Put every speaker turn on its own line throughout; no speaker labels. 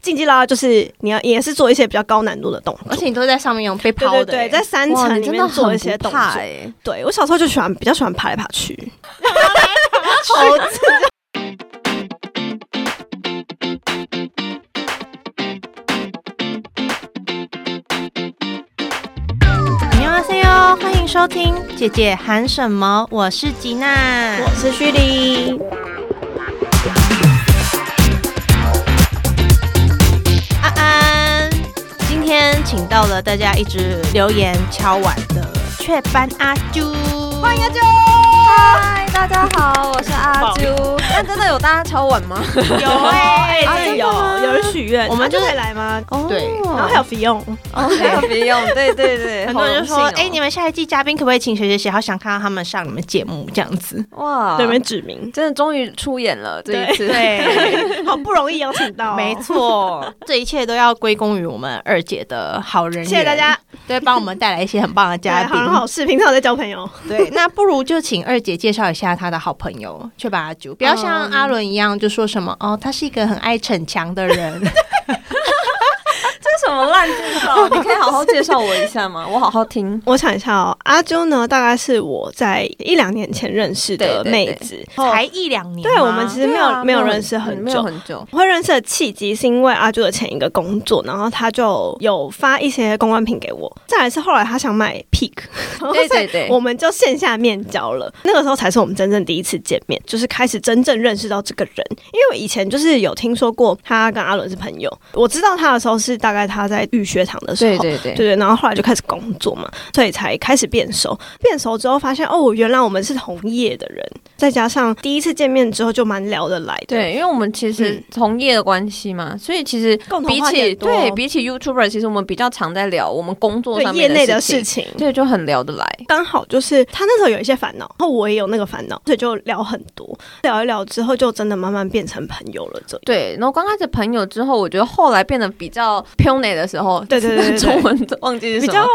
竞技啦，就是你要也是做一些比较高难度的动作，
而且你都在上面用被
对
抛
对
的、
对，
欸
在山
哇
城
你
里
真
面
的
做
很
一些
不
动
怕
作。
欸
对我小时候就喜欢比较喜欢爬来爬去，猴子。
你好，C O，欢迎收听《姐姐喊什么》，我是吉娜。
我是旭丽，
安安，今天请到了大家一直留言敲碗的雀斑阿啾，欢迎阿啾。
嗨，大家好，我是阿朱。那真的有大家敲碗 吗？
有 哎、
啊
欸，
真的有有人许愿，
我们就是
可以来吗？
哦
对
然后还有费用，
特别用，对对 对，
很多人就说，
哦
哎、
哎
你们下一季嘉宾可不可以请谁谁谁？好想看到他们上你们节目这样子。
哇，
对面指名，
真的终于出演了这一次，
对。
好不容易邀请 到，哦
没。错， 这一切都要归功于我们二姐的好人缘，
谢谢大家，
对，帮我们带来一些很棒的
对，
嘉宾。
很好事，平常有在交朋友，
对，那不如就请二姐介绍一下她的好朋友雀
哦
斑阿九，不要像阿伦一样就说什么、哦，他是一个很爱逞强的 人。
这什么烂介绍？ 你可以好好介绍我一下吗？我好好听。
我想一下哦，阿啾呢，大概是我在一两年前认识的
对对对
妹子，
才一两年吗，
哦对我们其实没有、
对啊
没有认识
嗯
很
没有
久。
很久。
我会认识的契机是因为阿啾的前一个工作，然后他就有发一些公关品给我。再来是后来他想买 Peak，
对对对，
我们就线下面交了。那个时候才是我们真正第一次见面，就是开始真正认识到这个人。因为我以前就是有听说过他跟阿伦是朋友，我知道他的时候是大概他在育学堂的时候，
对对对
对对，然后后来就开始工作嘛，所以才开始变熟。变熟之后发现，哦，原来我们是同业的人，再加上第一次见面之后就蛮聊得来的。
对，因为我们其实
嗯
同业的关系嘛，所以其实
共同
比
话题
起
很多
对比起 YouTuber，其实我们比较常在聊我们工作
对
上
业
面
内的
的
事
事，
情，
对，就很聊得来。
刚好就是他那时候有一些烦恼，然后我也有那个烦恼，所以就聊很多，聊一聊之后就真的慢慢变成朋友了。这样
对，然后刚开始朋友之后，我觉得后来变得比较 p u n y 的时候，
对对对对对
中文忘记是
比
什
较
么，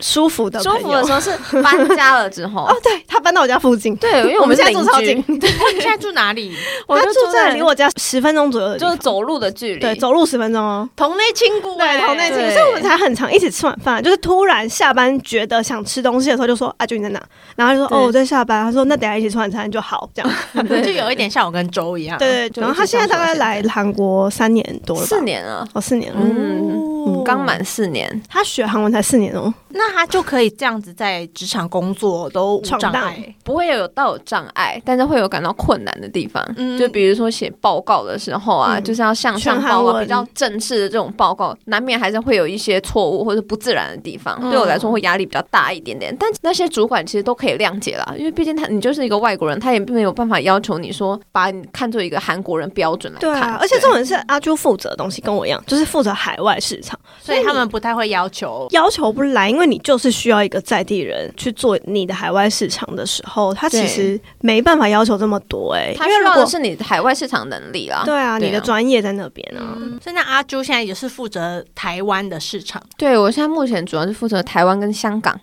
舒服的
舒
朋友
服的时候是搬家了之后
哦，，对他搬到我家附近，
对，因为
我们
们是
现在住超
邻
近
居，，
你现在住哪 里？
我
他
就
住在离我家十分钟左右的地
就
方，
是走路的距离，
对走路十分钟哦。
同类亲姑、
对，同内
亲
亲，
对
所以我们才很常一起吃晚饭。啊就是突然下班觉得想吃东西的时候，就说：“阿俊你在哪？”然后他就说：“
对
哦，我在下班。”他说：“那等一下一起吃晚餐就好。”这 样，
就有一点像我跟周一样。
对对。
就
然后
一
他
直
现在
相
大
处
概
到
来韩国三年多了吧，
四，年啊，
哦，四年了。哦
嗯，刚满四年，
他学韩文才四年哦，
那他就可以这样子在职场工作都无
闯
障
荡
碍。
不会有到有障碍，但是会有感到困难的地方。
嗯
就比如说写报告的时候啊，
嗯
就是要向上
全韩
报告，
文
比较正式的这种报告，难免还是会有一些错误或者不自然的地方。
嗯
对我来说会压力比较大一点点，但那些主管其实都可以谅解啦，因为毕竟他你就是一个外国人，他也没有办法要求你说把你看作一个韩国人标准来看。
啊而且重点是阿朱负责的东西跟我一样，就是负责海外市场，
所以他们不太会要求。
要求不来，因为你就是需要一个在地人去做你的海外市场的时候，他其实没办法要求这么多哎、
嗯他
因为
需
如
要的
果
是你海外市场能力啦。
对啊，
对啊嗯
你的专业在那边啊，
嗯所以那阿朱现在也是负责台湾的市场，
对我现在目前主要是负责台湾跟香港。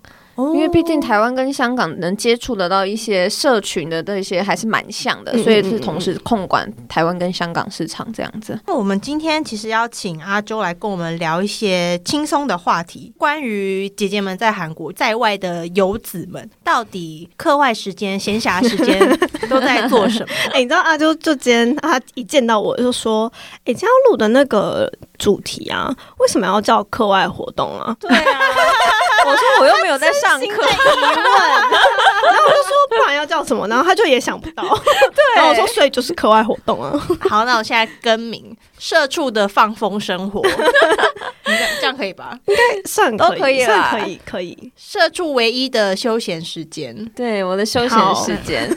因为毕
哦
竟台湾跟香港能接触得到一些社群的这些还是蛮像的，
嗯
所以是同时控管台湾跟香港市场这样子。
那我们今天其实要请阿周来跟我们聊一些轻松的话题，关于姐姐们在韩国在外的游子们，到底课外时间、闲暇时间都在做什么？
哎、你知道阿啾就今天他一见到我就说：“哎、今天要录的那个主题啊，为什么要叫课外活动啊
对啊，我说我又没有在上课，？”
然后我就说：“不然要叫什么？”然后他就也想不到。对然后我说：“所以就是课外活动啊。
好，那我现在更名“社畜的放风生活”，你这样这样可以吧？”
算
都可
可
以啦
算可以，可以。
社畜唯一的休闲时间，
对我的休闲时 间，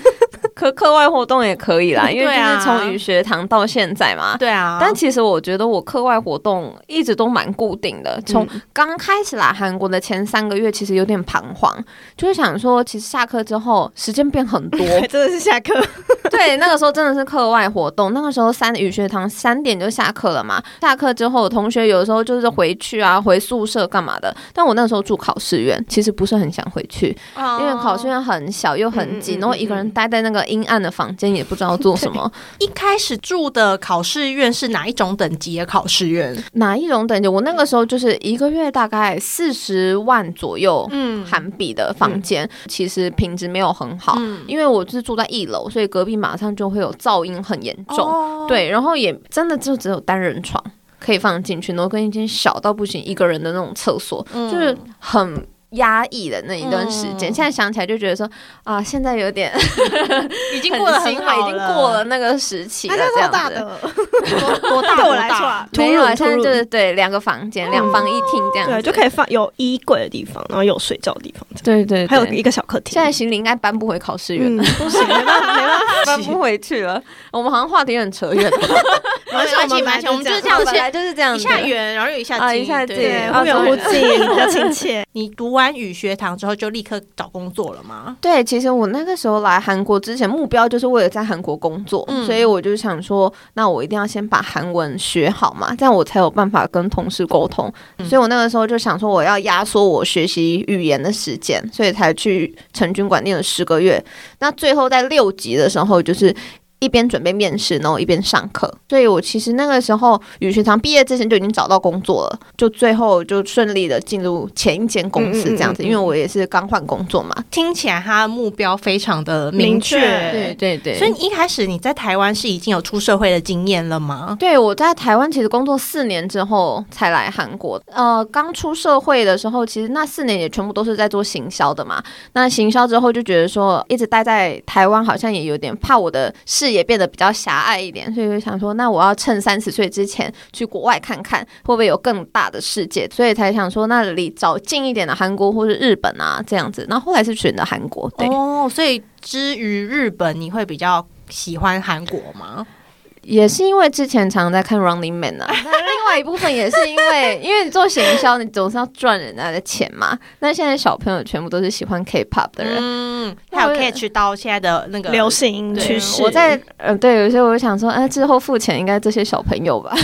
课课外活动也可以啦，因为就
对啊
是从语学堂到现在嘛。
对啊
但其实我觉得我课外活动一直都蛮固定的，从
嗯
刚开始来韩国的前三个月，其实有点彷徨，就是想说，其实下课之后时间变很多，
真的是下 课，
对，那个时候真的是课外活动。那个时候三语学堂三点就下课了嘛，下课之后同学有的时候就是回去啊，回宿舍干嘛的。但我那时候住
哦
考试院，其实不是很想回去，因为考试院很小又很
嗯嗯
挤，
嗯
然后一个人待在那个个阴暗的房间，也不知道做什么。
一开始住的考试院是哪一种等级的考试院？
哪一种等级？我那个时候就是一个月大概四十万左右
嗯
韩币的房间，其实品质没有很好，
嗯
嗯
因为我是住在一楼，所以隔壁马上就会有噪音很严重。
哦，
对，然后也真的就只有单人床可以放进去，然后跟一间小到不行一个人的那种厕所，就是很。压抑的那一段时间，
嗯
现在想起来就觉得说啊，现在有点
已经
很
过得
心
很
软
好
已经过 了，那个时期了，
他家
这
超
样
大
子。
的，
多多大
对我
多
来说
大？
啊，
没有啊，
突
现
如突如
在
哦
就是对两个房间，两房一厅这样子。
对，就可以放有衣柜的地方，然后有睡觉的地方，
对对，
还有
对
一个小客厅。
现在行李应该搬不回考试院
嗯，
了，
不行，没办法，没办 法。
搬不回去了。 我们好像话题有点扯远了，
没关系，没关系，我们就是这样
本
子，
来就是这样
一
子。
下圆，然后又一下
啊
近
一下近
对
啊
忽远忽近，比较亲切。
你读完语学堂之后就立刻找工作了吗？
对，其实我那个时候来韩国之前，目标就是为了在韩国工作，
嗯
所以我就想说，那我一定要先把韩文学好嘛，这样我才有办法跟同事沟通。
嗯
所以我那个时候就想说，我要压缩我学习语言的时间，所以才去成军馆念了十个月。那最后在六级的时候，就是。一边准备面试，然后一边上课，所以我其实那个时候语学堂毕业之前就已经找到工作了，就最后就顺利的进入前一间公司这样
嗯嗯
子，
嗯嗯
因为我也是刚换工作嘛，
听起来他的目标非常的明确，
明确对
对对
所
所
以
以
你一开始你在台湾是已经有出社会的经验了吗？
对我在台湾其实工作四年之后才来韩国。呃，刚出社会的时候，其实那四年也全部都是在做行销的嘛。那行销之后就觉得说，一直待在台湾好像也有点怕我的视野变得比较狭隘一点，所以就想说，那我要趁三十岁之前去国外看看，会不会有更大的世界？所以才想说，那里找近一点的韩国或是日本啊这样子。那后来是选的韩国，对。
哦，所以至于日本，你会比较喜欢韩国吗？
也是因为之前常在看《Running Man》啊， 那另外一部分也是因为， 因为你做行销，你总是要赚人家的钱嘛。那现在小朋友全部都是喜欢 K-pop 的人，
嗯，还有
我
catch 到现在的那个
流行
对
趋势，
我在呃，对，有些我就想说，哎、之后付钱应该这些小朋 友吧。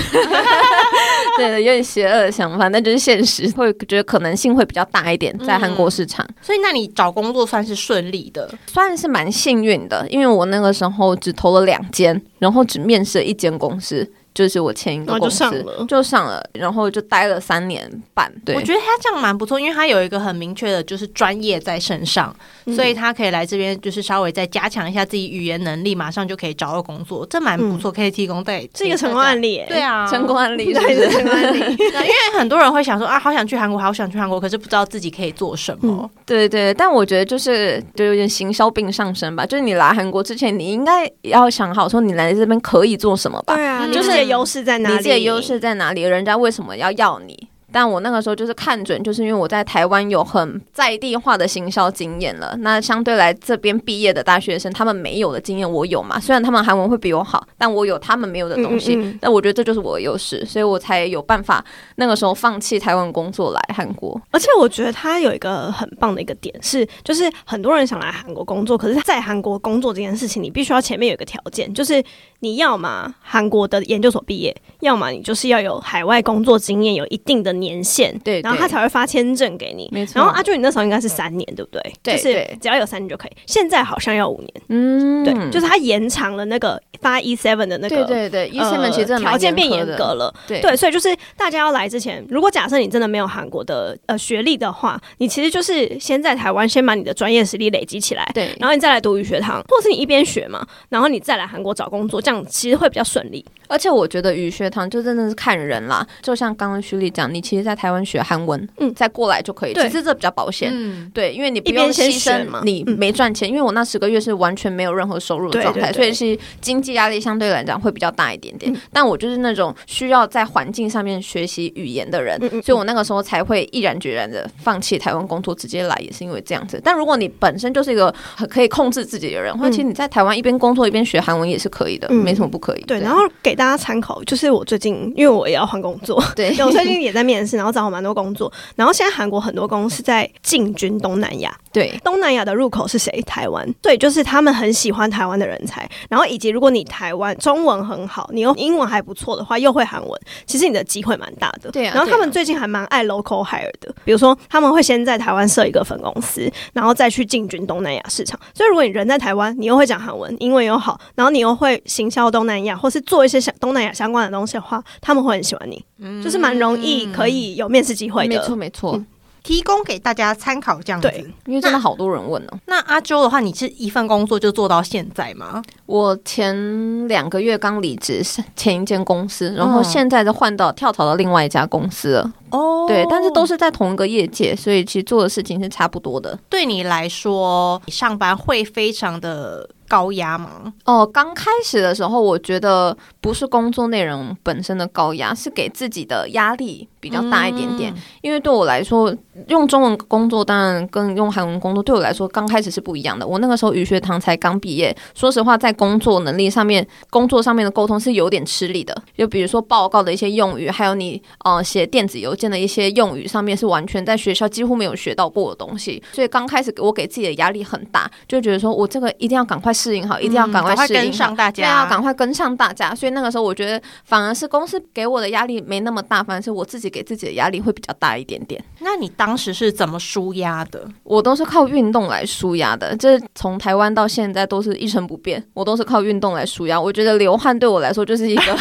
对的，有点邪恶的想法，那就是现实，会觉得可能性会比较大一点，在韩国市场、
所以那你找工作算是顺利的，
算是蛮幸运的，因为我那个时候只投了两间，然后只面试了一间公司，就是我前一
然
个
后
公
就
司
上了。
就上了，然后就待了三年半。对，
我觉得他这样蛮不错，因为他有一个很明确的，就是专业在身上，
嗯
所以他可以来这边，就是稍微再加强一下自己语言能力，马上就可以找到工作，这蛮不错，可以提供对
嗯是一个成功案
例。
例耶，
对啊，
成功案例是不
对， 是
是？
成功案例。
对，因为很多人会想说啊，好想去韩国，好想去韩国，可是不知道自己可以做什么。
对对，但我觉得就是就有点行销病上身吧。就是你来韩国之前，你应该要想好说你来这边可以做什么吧，
对 啊，
嗯
你
就是
自己的优势在哪
你
里？
自己的优势在哪里，人家为什么要要你。但我那个时候就是看准，就是因为我在台湾有很在地化的行销经验了。那相对来这边毕业的大学生，他们没有的经验我有嘛。虽然他们韩文会比我好，但我有他们没有的
嗯
东西。
嗯嗯
但我觉得这就是我的优势，所以我才有办法那个时候放弃台湾工作来韩国。
而且我觉得他有一个很棒的一个点是，就是很多人想来韩国工作，可是在韩国工作这件事情，你必须要前面有一个条件，就是你要嘛韩国的研究所毕业，要么你就是要有海外工作经验，有一定的年限，
对
然后他才会发签证给你。
没错
然后阿俊，你那时候应该是三年，对不对？
对
就是
对
只要有三年就可以。现在好像要五年，
嗯，
对，就是他延长了那个发 E seven 的那个。
对对对，医
呃
生们其实真的蛮
条件变严
的
格，了，
对
对，所以就是大家要来之前，如果假设你真的没有韩国的呃学历的话，你其实就是先在台湾先把你的专业实力累积起来，
对。
然后你再来读语学堂，或是你一边学嘛，然后你再来韩国找工作，这样其实会比较顺利。
而且我觉得语学堂就真的是看人啦，就像刚刚徐丽讲，你其实，在台湾学韩文，
嗯
再过来就可以，
对
其实这比较保险。
嗯，
对，因为你不
一边
用
先
牺
学
牲
嘛
你
嗯
没赚钱，因为我那十个月是完全没有任何收入的
对
状
对对嗯
态，所以是经济压力相对来讲会比较大一点点。但我就是那种需要在环境上面学习语言的人，
嗯嗯
所以我那个时候才会毅然决然的放弃台湾工作，直接来，也是因为这样子。但如果你本身就是一个很可以控制自己的人，或者其实你在台湾一边工作一边学韩文也是可以的，
嗯
没什么不可以。
对，然后给大家参考，就是我最近因为我也要换工作，
对，
对我最近也在面面试，然后找好蛮多工作。然后现在韩国很多公司在进军东南亚，
对，
东南亚的入口是谁？台湾。对，就是他们很喜欢台湾的人才。然后以及如果你台湾中文很好，你又英文还不错的话，又会韩文，其实你的机会蛮大的。
对啊
然后他
对
们
啊
最近还蛮爱 local hire 的，比如说他们会先在台湾设一个分公司，然后再去进军东南亚市场。所以如果你人在台湾，你又会讲韩文，英文又好，然后你又会行销东南亚，或是做一些像东南亚相关的东西的话，他们会很喜欢你，
嗯
就是蛮容易可以有面试机会的。
嗯没错没错
嗯，
提供给大家参考这样
对
子。
因为真的好多人问哦。
那阿周的话，你是一份工作就做到现在吗？
我前两个月刚离职前一间公司，然后
嗯
现在就换到跳槽到另外一家公司了。
哦
对，但是都是在同一个业界，所以其实做的事情是差不多的。
对你来说，你上班会非常的高压吗？
哦，刚开始的时候，我觉得不是工作内容本身的高压，是给自己的压力比较大一点点。
嗯
因为对我来说，用中文工作当然跟用韩文工作对我来说刚开始是不一样的。我那个时候语学堂才刚毕业，说实话，在工作能力上面、工作上面的沟通是有点吃力的。就比如说报告的一些用语，还有你呃写电子邮件的一些用语上面，是完全在学校几乎没有学到过的东西。所以刚开始我给自己的压力很大，就觉得说我这个一定要赶快适应好，一定要
嗯
赶快适应好。
跟上大
对啊，
家。
赶快跟上大家。所以那个时候，我觉得反而是公司给我的压力没那么大，反而是我自己给自己的压力会比较大一点点。
那你当时是怎么舒压的？
我都是靠运动来舒压的，这从台湾到现在都是一成不变，我都是靠运动来舒压。我觉得流汗对我来说就是 一个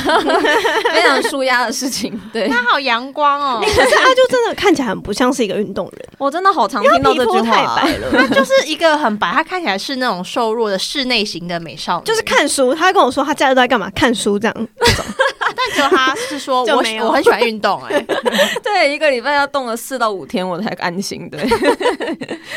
非常舒压的事情。对
他好阳光 哦
哎、，可是他就真的看起来很不像是一个运动人。
我真的好常听到这句
因为他皮肤
话、
太
啊
白。
那就是一个很白，他看起来是那种瘦弱的室内型的美少 女，
就是看书，他跟我说他假日都在干嘛，看书这样。
但只有他是 说
就
我
没有
我很喜欢运动哎、
对，一个礼拜要动了四到五天，我才安心。对。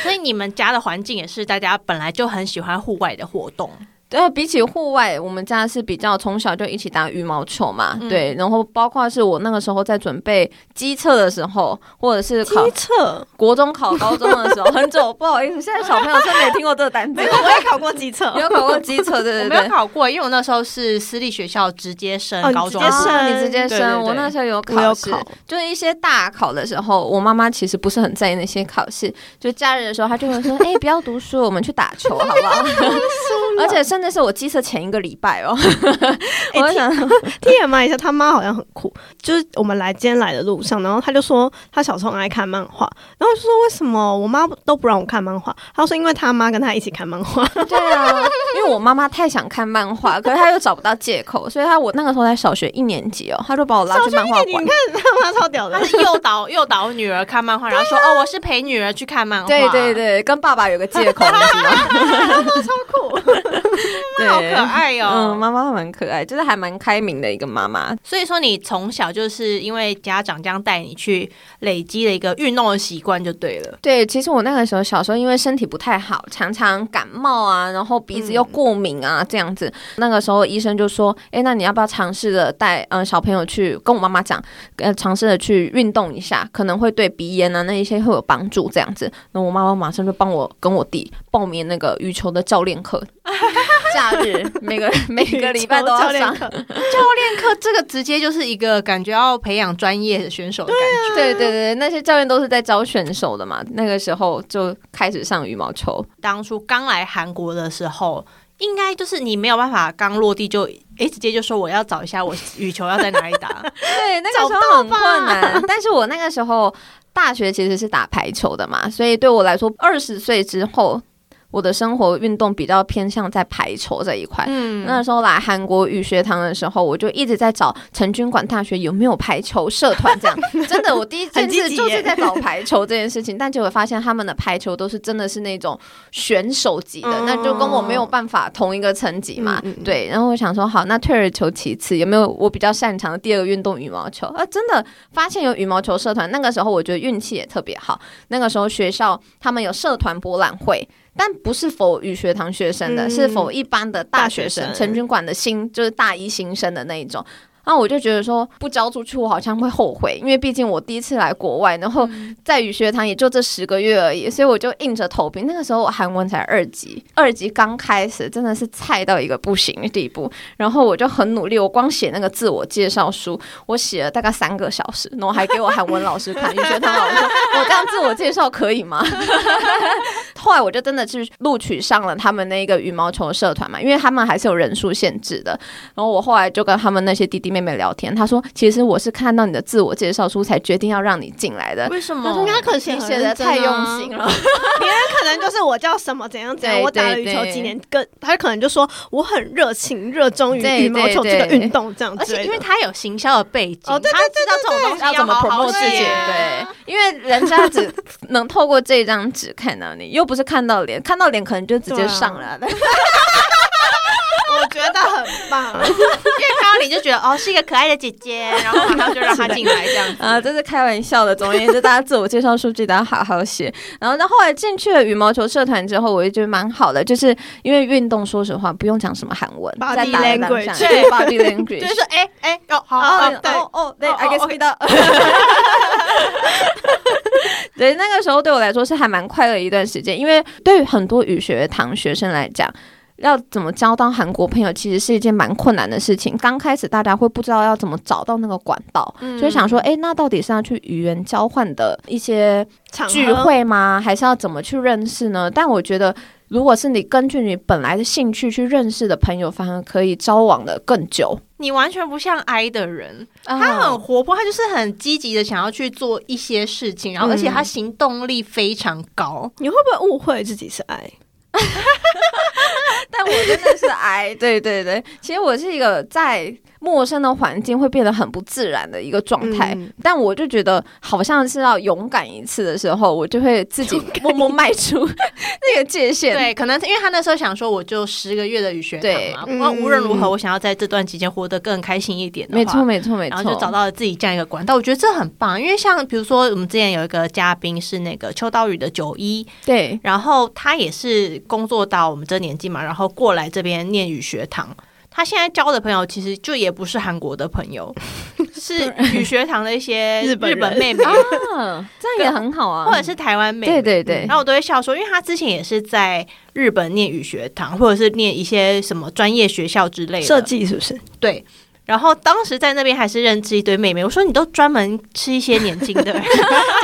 所以你们家的环境也是大家本来就很喜欢户外的活动，
对，呃比起户外，我们家是比较从小就一起打羽毛球嘛，对，然后包括是我那个时候在准备机测的时候，或者是考
测，
国中考高中的时候，很久不好意思，现在小朋友真没听过这个单词
没有，，我也考过机 测
没。有考过机测，对
我
对
没有
对。
考过，因为我那时候是私立学校直接升
哦你
高中，
直接升
啊你直接
对对
升，
对
我那时候有
我
考
有
试
考，
就是一些大考的时候，我妈妈其实不是很在意那些考试，就假日的时候，她就会说：“ 哎、不要读书，我们去打球，好不好？”而且甚至是我机测前一个礼拜哦， 我就想
TMI 一下，他妈好像很酷。就是我们来今天来的路上，然后他就说他小时候很爱看漫画，然后我就说为什么我妈都不让我看漫画？他说因为他妈跟他一起看漫 画，
对啊，因为我妈妈太想看漫画， 可是她又找不到借口，所以她我那个时候才小学一年级哦，她就把我拉去漫画
你
馆
看。他妈超屌的
他。是诱导 诱导女儿看漫画，然后说、哦，我是陪女儿去看漫画。
对对，对，跟爸爸有个借口，你知道吗？
那好
妈妈超酷，
可。爱哦。
嗯，妈妈蛮可爱，就是还蛮开明的一个妈妈。
所以说，你从小就是因为家长这样带你去累积了一个运动的习惯就对了。
对，其实我那个时候小时候因为身体不太好，常常感冒啊，然后鼻
嗯
子又过敏啊，这样子。那个时候医生就说：“哎，那你要不要尝试着带呃小朋友去跟我妈妈讲，呃尝试着去运动一下，可能会对鼻炎啊那一些会有帮助这样子。”那我妈妈马上就帮我跟我弟报名那个羽球的教练课， 假日 每个每个礼拜都
教
要
练
上。
课，
教练课这个直接就是一个感觉要培养专业的选手的感觉。
对啊对对，那些教练都是在招选手的嘛。那个时候就开始上羽毛球，
当初刚来韩国的时候，应该就是你没有办法刚落地就诶直接就说我要找一下我羽球要在哪里打。
对，那个时候很困难。但是我那个时候大学其实是打排球的嘛，所以对我来说，二十岁之后，我的生活运动比较偏向在排球这一块。
嗯，
那时候来韩国语学堂的时候，我就一直在找成均馆大学有没有排球社团， 这样真的，我第一件
很积
事
极
就是
耶
在找排球这件事情，但结果发现他们的排球都是真的是那种选手级的，
嗯
那就跟我没有办法同一个层级嘛，
嗯嗯嗯
对。然后我想说，好，那退而求其次，有没有我比较擅长的第二个运动羽毛球？啊，真的发现有羽毛球社团，那个时候我觉得运气也特别好，那个时候学校他们有社团博览会。但不是否语学堂学生的，
嗯
是否一般的大学
大
生，
学生
成均馆的新就是大一新生的那一种。然后我就觉得说不交出去，我好像会后悔，因为毕竟我第一次来国外，然后在语学堂也就这十个月而已，所以我就硬着头皮。那个时候我韩文才二级，二级刚开始真的是菜到一个不行的地步。然后我就很努力，我光写那个自我介绍书，我写了大概三个小时，然后我还给我韩文老师看，语学堂老师说：“我这样自我介绍可以吗？” 后来我就真的去录取上了他们那个羽毛球社团嘛，因为他们还是有人数限制的。然后我后来就跟他们那些弟弟妹妹聊天，他说：“其实我是看到你的自我介绍书才决定要让你进来的。”
为什
他说
么？
他可能写
你
很
写的
认真
太用
啊
心了，
别人可能就是我叫什么怎样怎样，
对
我打了
对
羽球
对
几年，跟他可能就说我很热情，热衷于
对
羽毛
对
球这个
对
运动这样
而
之类的。
且因为他有行销的背景，
哦对对
他知道这种东西
要怎么
好好
promote 自己？
写啊
对，因为人家只能透过这张纸看到你，又不是看到脸，看到脸可能就直接上了。
我觉得很棒，
因为看到你就觉得哦是一个可爱的姐姐，然后马上就让她进来这样 子。
啊，这是开玩笑的。总而言之，大家自我介绍书记得要好好写。然后，到后来进去了羽毛球社团之后，我就觉得蛮好的，就是因为运动，说实话不用讲什么韩文，
Body
在打篮球
language
对 body language，
就是说哎哎哦好
哦
哦对
哦哦，对
哦
，I guess
OK
we 到。 对，那个时候对我来说是还蛮快乐的一段时间，因为对于很多语学堂学生来讲。要怎么交到韩国朋友，其实是一件蛮困难的事情。刚开始大家会不知道要怎么找到那个管道，
嗯
就想说，诶，那到底是要去语言交换的一些
场合
聚会吗？还是要怎么去认识呢？但我觉得，如果是你根据你本来的兴趣去认识的朋友，反而可以交往的更久。
你完全不像 I 的人，
他
他很活泼，他就是很积极的想要去做一些事情，然后
嗯
而且他行动力非常高。
你会不会误会自己是爱？
但我真的是癌， 对对对，其实我是一个在陌生的环境会变得很不自然的一个状态。
嗯
但我就觉得，好像是要勇敢一次的时候，我就会自己默默迈出那个界限。
对，可能因为他那时候想说，我就十个月的语学
对
堂嘛，
嗯
那无论如何，我想要在这段期间活得更开心一点的话，
没错，没错，没错。
啊然后就找到了自己这样一个管道，我觉得这很棒。因为像比如说，我们之前有一个嘉宾是那个秋刀鱼的九一，
对，
然后他也是工作到我们这年纪嘛，然后过来这边念语学堂。他现在交的朋友其实就也不是韩国的朋友，是语学堂的一 些
日
日
本
本
人
妹妹，
啊，这样也很好啊。
或者是台湾妹妹。
对对对
然，后我都会笑说，因为他之前也是在日本念语学堂，或者是念一些什么专业学校之类的
设计是不是？
对。然后当时在那边还是认知一堆妹妹，我说你都专门吃一些年轻 的人，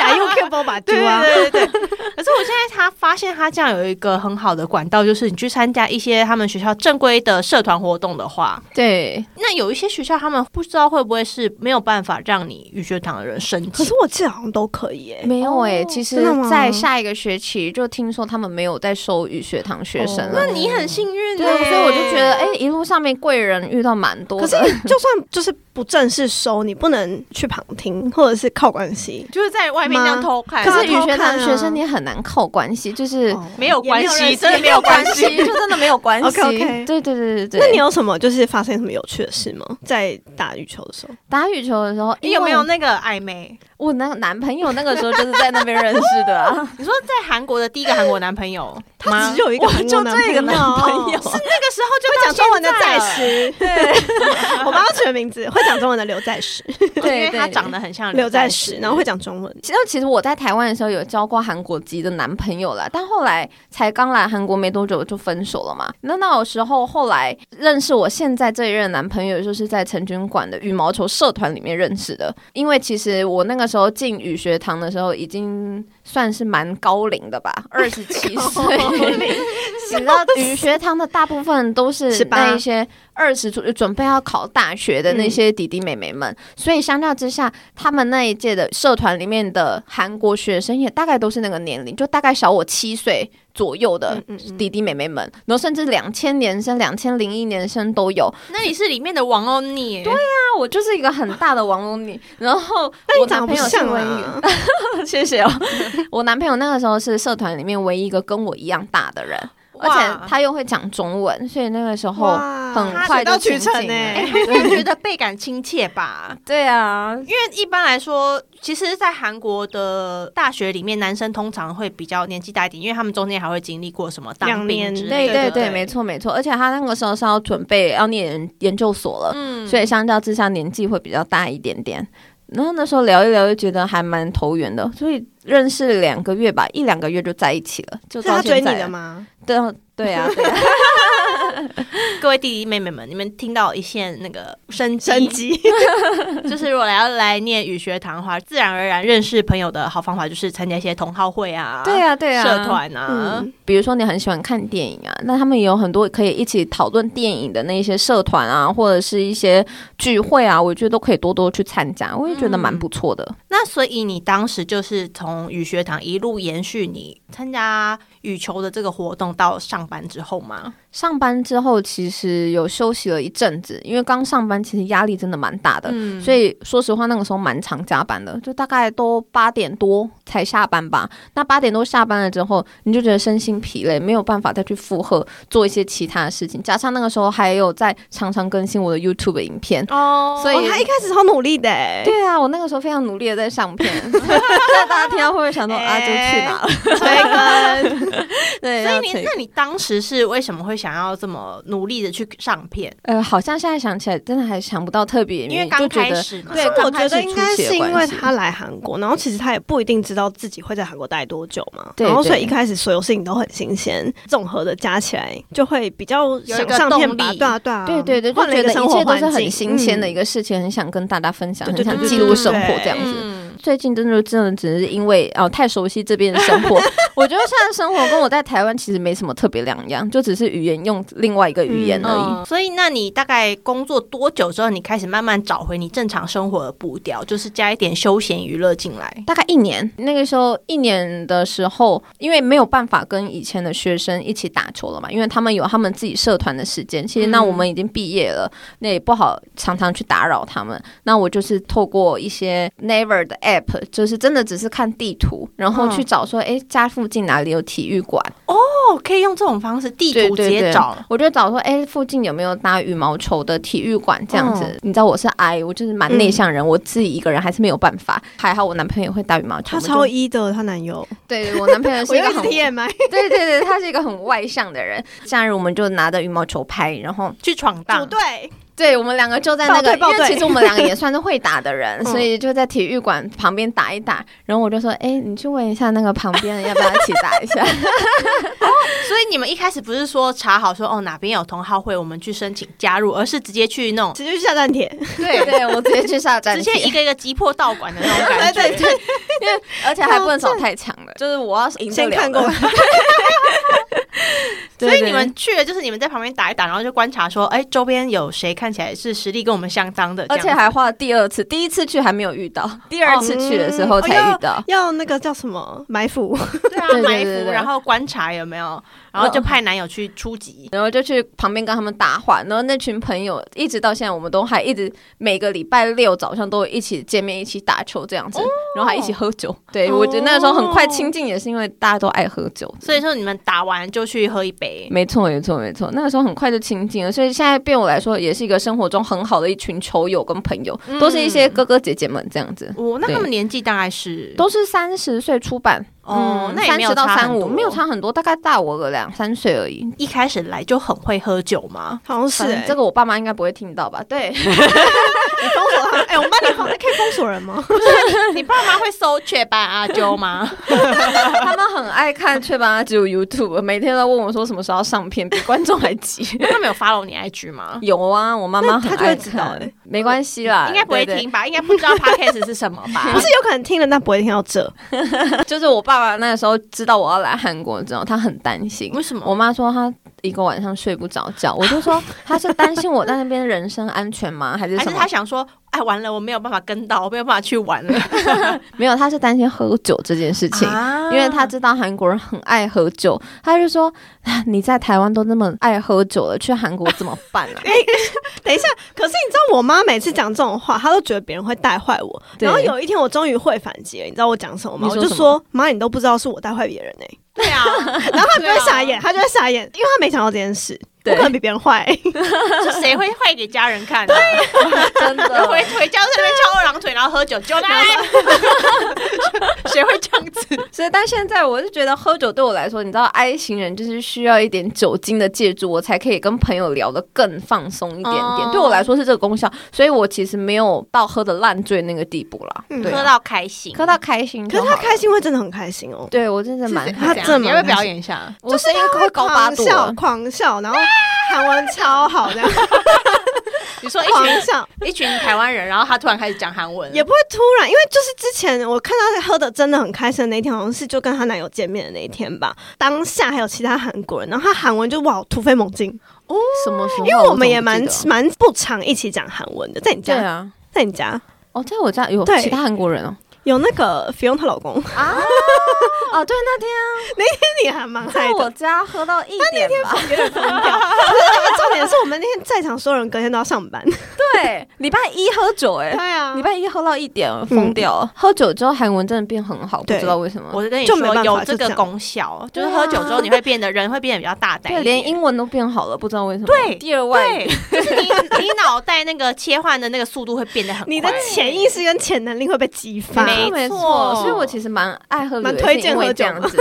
假用 Q 包把猪
对
啊！
对对对对。可是我现在他发现他这样有一个很好的管道，就是你去参加一些他们学校正规的社团活动的话，
对，
那有一些学校他们不知道会不会是没有办法让你语学堂的人申
可
请
是。我记得好像都可以诶、
没有诶、
哦
其实
真的，吗
在下一个学期就听说他们没有在收语学堂学生
哦
那
了。
你很幸运、欸，
对，所以我就觉得，
哎
诶，一路上面贵人遇到蛮多
可
的。
是你就算就是不正式收，你不能去旁听或者是靠关系。
就是在外面这样哎偷看，
可是
对啊
语学
偷
堂
看啊
学生你很难靠关系，就是、
没有关
哦也没有认
系，
识
真的没有关系。
就真的没有关 系。
OK，OK
对对对对对。
那你有什么就是发生什么有趣的事吗？在打羽球的时候，
打羽球的时候，
你有没
因
有
为
那个暧昧？
我那个男朋友那个时候就是在那边认识的啊？
你说在韩国的第一个韩国男朋友，
他
吗
只有一个
我
韩
就
国
这个男朋友，
是
那个时候就
会讲中文的在
时。
时，对， 我帮他取的名字，会讲中文的刘在石，
对，
因为他
对
长得。很像
啊刘在
在
石，然后会讲中文。
其实，其实我在台湾的时候有交过韩国籍的男朋友啦，但后来才刚来韩国没多久就分手了嘛。那那有时候后来认识我现在这一任男朋友，就是在陈军馆的羽毛球社团里面认识的。因为其实我那个时候进语学堂的时候，已经算是蛮高龄的吧，二十七岁。你知道语学堂的大部分都是
18
那一些二十出准备要考大学的那些弟弟妹妹们，所以相较之下，他们那一届的社团里面的韩国学生也大概都是那个年龄，就大概小我七岁左右的
嗯嗯
弟弟妹妹们，然后甚至两千年生、两千零一年生都有。
那你是里面的王欧尼，对，
那我就是一个很大的王 龙女，然后
但
我
你
男
长得
朋
不
友是
像
文宇，
啊，
谢谢哦。我男朋友那个时候是社团里面唯一一个跟我一样大的人。而且
哇
他又会讲中文，所以那个时候
哇
很
他
快
水到欸
就
渠
亲
成
近
呢、
了。？
应该觉得倍感亲切吧
对啊，
因为一般来说，其实，在韩国的大学里面，男生通常会比较年纪大一点，因为他们中间还会经历过什么当
两
兵
年
之
对
类的。
对对，没错没错。而且他那个时候是要准备要念研研究所了，
嗯
所以相较之下年纪会比较大一点点。然后那时候聊一聊，就觉得还蛮投缘的，所以认识两个月吧，一两个月就在一起了，就是到
他追
现
你
在
的
了？
吗？
对啊对啊，对啊
各位弟弟妹妹们，你们听到一线那个生机
升级，
就是如果要来念语学堂的话，自然而然认识朋友的好方法就是参加一些同好会啊，
对啊对啊，
社团啊。
嗯，
比如说你很喜欢看电影啊，那他们也有很多可以一起讨论电影的那些社团啊，或者是一些聚会啊，我觉得都可以多多去参加，我也觉得蛮不错的。
那所以你当时就是从语学堂一路延续你参加羽球的这个活动到上班之后吗？
上班之后其实有休息了一阵子，因为刚上班其实压力真的蛮大的，
嗯
所以说实话那个时候蛮常加班的，就大概都八点多才下班吧。那八点多下班了之后，你就觉得身心疲累，没有办法再去负荷做一些其他的事情，加上那个时候还有在常常更新我的 YouTube 影片。
哦
所以
哦， 他一开始超努力的、欸，
对啊，我那个时候非常努力的在上片， 那大家听到会不会 想说啊，就去哪了？
催更。
对，
所
要
以
催
你那你当时是为什么会想要这么努力的去上片？
呃，好像现在想起来，真的还想不到特别的
因
原
为
因，
刚
就觉
开
得
始嘛，
对
我
刚
觉
开
得
始
应
初
该
期的
是因为
关系
他来韩国，然后其实他也不一定知道自己会在韩国待多久嘛，
对
然后所以
对
一开始所有事情都很新鲜，综合的加起来就会比较
一
想
个
上片
动
吧，
力
对啊对啊，
对对对，就
换了
觉
一
得
个
一
生活
切都
环
是
境，
很新鲜的一
个。
个事情，很想跟大家分享，
对对
很想
对
记
对
录
对
生活
对
这样子。
嗯
最近真的真的只是因为哦、太熟悉这边的生活，我觉得现在生活跟我在台湾其实没什么特别两样，就只是语言用另外一个语言
嗯
而已。
嗯所以，那你大概工作多久之后，你开始慢慢找回你正常生活的步调，就是加一点休闲娱乐进来？
大概一年，那个时候一年的时候，因为没有办法跟以前的学生一起打球了嘛，因为他们有他们自己社团的时间。其实那
嗯
我们已经毕业了，那也不好常常去打扰他们。那我就是透过一些 Never 的 app，就是真的只是看地图，然后去找说，诶，家附近哪里有体育馆？
哦，可以用这种方式，地
对
图直
对
接
对
找。
我就找说，诶，附近有没有打羽毛球的体育馆这样子？你知道我是 I，我就是蛮内向人，我自己一个人还是没有办法。还好我男朋友会打羽毛球，
她
我就
超一的，她男友，
对 我男朋友是
我
一
又
个
一直
很
TMI，
对对对，他是一个很外向的人。假日我们就拿着羽毛球拍，然后
去闯
组
荡。
队，
对我们两个就在那
报队
个，
报
因为
队
其实我们两个也算是会打的 人，
嗯
所以就在体育馆旁边打一打。然后我就说，哎、你去问一下那个旁边的，要不要一起打一下？
所以你们一开始不是说查好说哦哪边有同好会，我们去申请加入，而是直接去那种
直接去下站帖，
对 对，我直接去下站
直
去
接，一个一个击破道馆的那种 感觉。
对对
对，
而且还不能找太强 哦的，就是我要赢得
先
了
看
的
过。
对
所以
对
你们去了就是你们在旁边打一打，然后就观察说，哎，周边有谁看起来是实力跟我们相当的，
而且
这样
还花了第二次，第一次去还没有遇到，第二次去的时候
哦
才遇到。
要那个叫什么埋伏，
子对啊
对对
埋
对
伏，
对哦
然后观察有没有，然后就派男友去出击。
然后就去旁边跟他们搭话，然后那群朋友一直到现在，我们都还一直每个礼拜六早上都一起见面，一起打球这样子，然后还一起喝酒。对、
哦
我觉得那个时候很快亲近，也是因为大家都爱喝酒，
所以说你们打完就去喝一杯，
没错没错没错，那个时候很快就亲近了，所以现在对我来说也是一个生活中很好的一群球友跟朋友，
嗯
都是一些哥哥姐姐们这样子。
哦，那
对
他们年纪大概是
都是三十岁出版嗯
哦那也
三
没有
十到
差很
三五，
多
没有差很多，大概大我个两三岁而已。
一开始来就很会喝酒吗？
好像是
反正
欸
这个我爸妈应该不会听到吧？对，
你封锁他，哎，我们帮你封，可以封锁人 吗？
你爸妈会搜雀斑阿啾吗？
他们很爱看雀斑，只有 YouTube，每天都问我说什么时候要上片，比观众还 急。
他们有 follow 你 IG 吗？
有啊，我妈妈很
那她就会
爱
知道
看
欸，
没关系啦，
应该不会
对呃对
听吧？应该不知道 podcast 是什么吧？
不是，有可能听了但不会听到这，
就是我爸爸那时候知道我要来韩国之后，他很担心。
为什么？
我妈说她一个晚上睡不着 觉，我就说她是担心我在那边人身安全吗？还是
还
什
是
么
他？想说，哎，完了，我没有办法跟到，我没有办法去玩了。
没有，她是担心喝酒这件事情。
啊
因为他知道韩国人很爱喝酒，他就说 啊你在台湾都那么爱喝酒了，去韩国怎么办 啊？
等一下，可是你知道，我妈每次讲这种话，她都觉得别人会带坏我。
对
然后有一天，我终于会反击了，你知道我讲什么吗？
你
我
说
就
什么
说：“妈，你都不知道是我带坏别人呢、
对啊，
然后她就
对
会
啊
傻眼，她就会傻眼，因为她没想到这件事。我
对
可能比别人坏、
是谁会坏给家人 看、啊？
真的，
回回家在那边翘二郎腿，然后喝酒，就来， 谁会这样子？
所以，但现在我是觉得喝酒对我来说，你知道，I 型人就是需要一点酒精的借助，我才可以跟朋友聊得更放松一点点。
哦
对我来说是这个功效，所以我其实没有到喝的烂醉那个地步啦。
嗯
对啊、
喝到开心，
喝到开心，
可是她开，心会真的很开心哦，
对我真的蛮
是，
他
怎样
这么
你要不要表演一下？
我声音会高八
狂
度啊
笑
了，
狂笑，然后韩文超好 这样
你说一
狂
群
笑，
一群台湾人，然后他突然开始讲韩文，
也不会突然，因为就是之前我看到她喝的真的很开心的那一天，好像是就跟她男友见面的那一天吧。当下还有其他韩国人，然后她韩文就哇突飞猛进，
什么时候？
因为我们也蛮
哦啊我怎么
蛮不常一起讲韩文的，在你
不记得对
家，
啊，
在你家
哦，在我家有
对
其他韩国人哦。
有那个菲佣她老公，
啊， 哦，对，那天
你还蛮嗨
在
的。
我家喝到一点吧。
重点是我们那天在场所有人隔天都要上班，
对，礼拜一喝酒哎、
啊
礼拜一喝到一点疯掉、了。嗯喝酒之后韩文真的变很好，不
对
知道为什么。
我是跟你
就
说
没办法
有这
就这
个
样
功效，就是
对啊
喝酒之后你会变得人会变得比较大胆
对，
一点，
连英文都变好了，不知道为什么。
对
第二外
对
语，，
就是你你脑袋那个切换的那个速度会变得很快，
你的潜意识跟潜能力会被激发。
没
没错
错。
所以我其实蛮爱喝酒，
蛮推荐
也是因为
喝酒
这样子。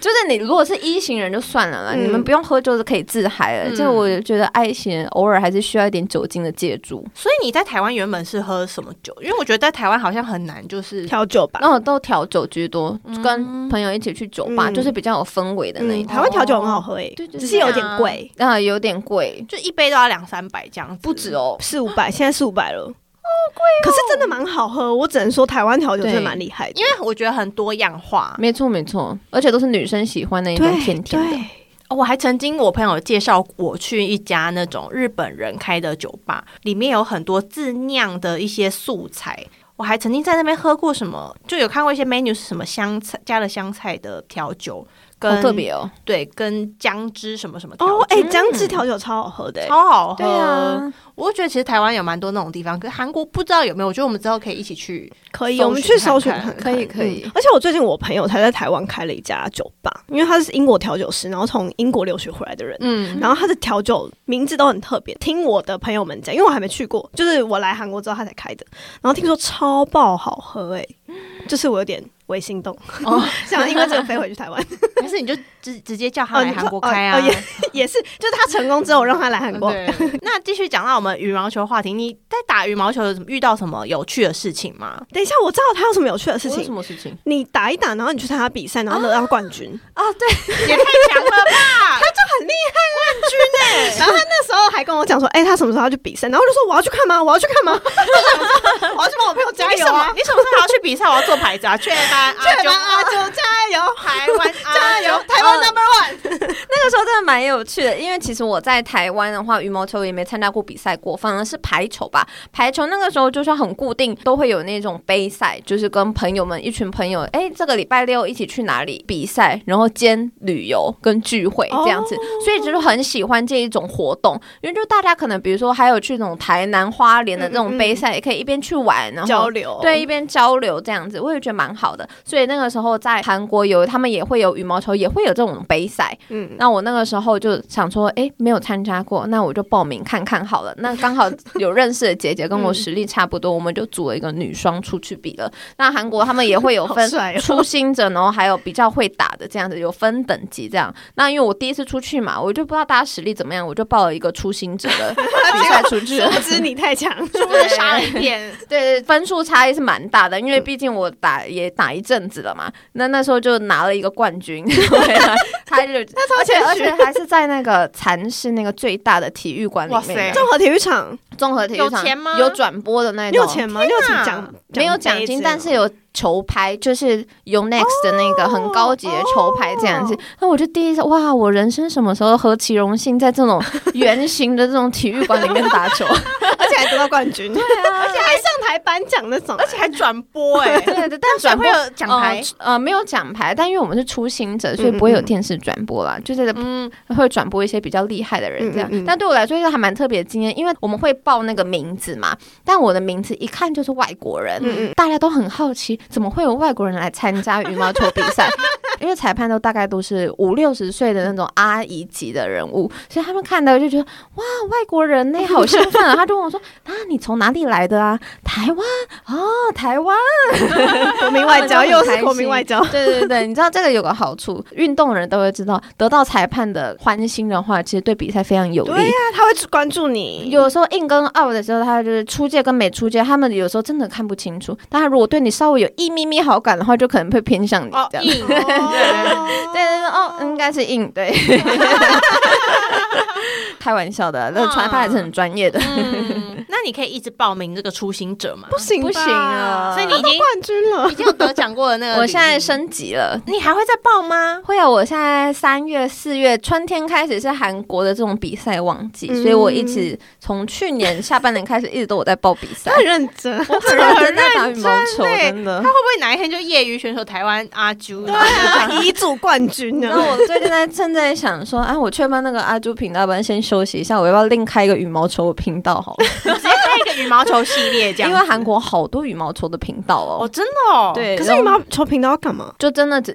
就是你如果是一型人就算了啦，
嗯
你们不用喝酒就可以自嗨了。
嗯
就我觉得 I 型人偶尔还是需要一点酒精的借助。
所以你在台湾原本是喝什么酒？因为我觉得在台湾好像很难，就是
调酒吧，
那我都调酒居多，
嗯
跟朋友一起去酒吧，
嗯
就是比较有氛围的那一
嗯，
种。
台湾调酒很好喝诶、
哦对对对
只是有点贵，
啊，有点贵，
就一杯都要两三百这样子，
不止哦。
四五百，现在四五百了，哦贵、可是真的蛮好喝，我只能说台湾调酒真的蛮厉害的，
因为我觉得很多样化。
没错没错，而且都是女生喜欢那一种
对
甜甜的。
对
哦我还曾经我朋友介绍我去一家那种日本人开的酒吧，里面有很多自酿的一些素材。我还曾经在那边喝过什么，就有看过一些 menu 是什么香菜加了香菜的调酒，跟、
好特别哦。
对，跟姜汁什么什么调酒
哦，哎、
嗯
姜汁调酒超好喝的、欸，
超好喝。
对啊，
我就觉得其实台湾有蛮多那种地方，可是韩国不知道有没有。我觉得我们之后可以一起去。
可以，
搜寻
我们去搜寻
看
看
看
看，
可以可以
而且我最近我朋友才在台湾开了一家酒吧，因为他是英国调酒师，然后从英国留学回来的人。
嗯，
然后他的调酒名字都很特别，听我的朋友们讲，因为我还没去过，就是我来韩国之后他才开的，然后听说超爆好喝哎、就是我有点微心动，
哦
想因为这个飞回去台湾
还是你就直直接叫他来韩国开啊。
哦你说哦也是，就是他成功之后我让他来韩
嗯
国，
哦 对，那继续讲到我们羽毛球话题，你在打羽毛球有什么遇到什么有趣的事情吗？
等一下我知道他有什么有趣的事
我有什
情，
么事情
你打一打，然后你去参加比赛，然后得到冠军，
啊？对，
也太强了 吧！
他就很厉
啊
害，冠
欸
军哎、然后他那时候还跟我讲说，哎、他什么时候要去比赛？然后我就说我要去看吗？我要去看吗？ 我要去帮我朋友加
你
油
什么
啊！！
你什么时候还要去比赛？我要做牌子 啊！雀斑啊，
对吧？阿九加油！
台湾啊
加油台
湾
number one。
那个时候真的蛮有趣的，因为其实我在台湾的话，羽毛球也没参加过比赛过，反而是排球吧。排球那个时候就是很固定，都会有那种杯赛，就是跟朋友们一群朋友，哎、这个礼拜六一起去哪里比赛，然后兼旅游跟聚会这样子，所以就是很喜欢这一种活动，因为就大家可能比如说还有去那种台南花莲的这种杯赛，也可以一边去玩，然后
交流
对，一边交流这样子，我也觉得蛮好的。所以那个时候在韩国有，他们也会有羽毛球，也会有这种杯赛。
嗯
嗯，那我那个时候就想说，诶，没有参加过，那我就报名看看好了。那刚好有认识的姐姐跟我实力差不多，我们就组了一个女双出去比了。那韩国他们也会有
好
分
帅哦
初心者，然后还有比较会打的这样子，有分等级这样。那因为我第一次出去嘛，我就不知道大家实力怎么样，我就报了一个初心者的比赛出去了。
不知你太 强，
是不是杀了一遍？
对，分数差异是蛮大的，因为毕竟我打也打一阵子了嘛。那那时候就拿了一个冠军， 对啊他 就而且而且还是在那个蚕室那个最大的体育馆里
哇
面
塞
的。
综合体育场，
综合体育
有
场
钱吗
有转播的那
你
种，
有钱吗？你有
天哪
奖奖
没有奖
杯
金，
子
但
哦
是有球拍，就是有 Next 的那个很高级的球拍这样子
哦。
那、我就第一次，哇，我人生什么时候何其荣幸，在这种圆形的这种体育馆里面打 球？
而且还得到冠 军，而
啊
啊
且还上台颁奖那种，
而 且还转播 哦哎、
对对对，但
转
转
播
播。
有奖牌，
呃呃没有奖牌，但因为我们是初心
嗯
者，所以不会有电视转播啦，就是
嗯，
会转播一些比较厉害的人这样。
嗯嗯嗯
但对我来说，一个还蛮特别的经验，因为我们会报那个名字嘛，但我的名字一看就是外国人，
嗯嗯
大家都很好奇，怎么会有外国人来参加羽毛球比赛？ 因为裁判都大概都是五六十岁的那种阿姨级的人物，所以他们看到就觉得哇，外国人呢、好兴奋啊！他就问我说：“ 啊，你从哪里来的啊？台湾哦，台湾。”
国民外交
很
哎又是
开
国民
心
外交，
对对对，你知道这个有个好处，运动人都会知道，得到裁判的欢心的话，其实对比赛非常有
对
利
呀。，他会关注你，
有时候硬跟 out 的时候，他就是出界跟没出界，他们有时候真的看不清楚。但他如果对你稍微有一咪咪好感的话，就可能会偏向 你
哦
这，样。
硬，
对对对，哦，应该是硬 对。开玩笑的，啊
啊
那裁判还是很专业的。
嗯， 那你可以一直报名这个初心者嘛？
不行
不行啊
吧
所以你已经
冠军了
已，经有得奖过的那个，
我现在，升级了，
你还会再报吗？
会有，我现在三月、四月春天开始是韩国的这种比赛旺季，
嗯
所以我一直从去年下半年开始，一直都有在报比赛
他。很认真，
我很认 真在打
认
羽毛球，
真欸
真的
他。会不会哪一天就业余选手台湾阿啾？对啊，
遗嘱冠军
然后
呢？
我最近在正在想说，啊，我确班那个阿朱频道，要不然先休息一下，我要不要另开一个羽毛球频道好了？
直接开一个羽毛球系列这
因
样
为
子，
韩国好多羽毛球的频道哦
哦，，真的哦，
对
可是
然后
羽毛球频道要干嘛？
就真的只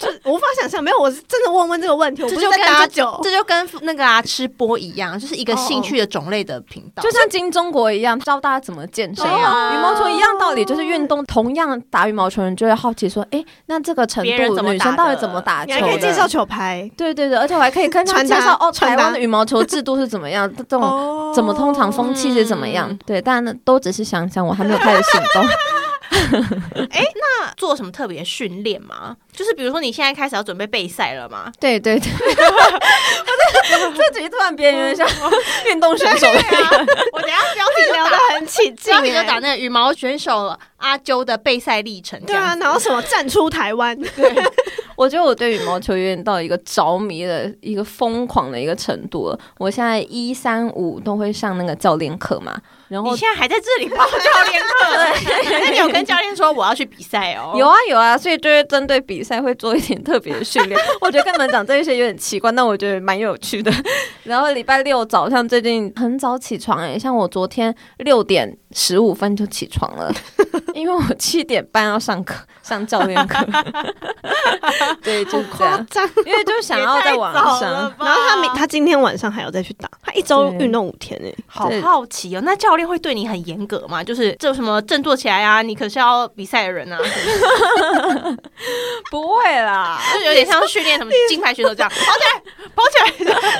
就是无法想象，没有，我是真的问问这个问题，我
这
不
就是跟
在打酒，
这就跟那个啊吃播一样，就是一个
哦
兴趣的种类的频道，
就像金钟国一样，教大家怎么健身嘛。
对啊
羽毛球一样道理，就是运动，同样打羽毛球人就会好奇说，诶，那这个程
别人怎
度
么
女
打的
生到底怎么打
你还
球的？
可以介绍球拍
对对对，而且我还可以跟他
传
们介
达
绍哦，
传
台
达
湾的羽毛球制度是怎么 样，这种
哦
怎么通常风气是怎么样
嗯？
对，但都只是想想，我还没有开始行 动。
那做什么特别训练吗？就是比如说你现在开始要准备备赛了吗？
对 对对，我这这局突然边缘像运动选手
哦对啊，我等一下标题
聊
就
得
打，
很起劲
标题就
欸，
打那个羽毛选手阿啾的备赛历程，
对啊，，然后什么站出台湾，
我觉得我对羽毛球有点到一个着迷的一个疯狂的一个程度了。我现在一三五都会上那个教练课嘛，然后
你现在还在这里报教练 课？那你有跟教练说我要去比赛哦？
有啊有啊，所以就会针对比赛会做一点特别的训 练。我觉得跟你们讲这些有点奇怪，但我觉得蛮有趣的。然后礼拜六早上最近很早起床诶、像我昨天六点十五分就起床 了，因为我七点半要上课，上教练 课。对，就是这
夸
样，
张。
因为就想要在晚
也太早了
上。
吧
然后他明他今天晚上还要再去打，他一周运动五天哎诶，
好好奇哦，那教练会对你很严格吗？就是这有什么振作起来啊，你可是要比赛的人啊，
不会啦，
就是有点像训练什么金牌选手这 样，跑起来，跑起来。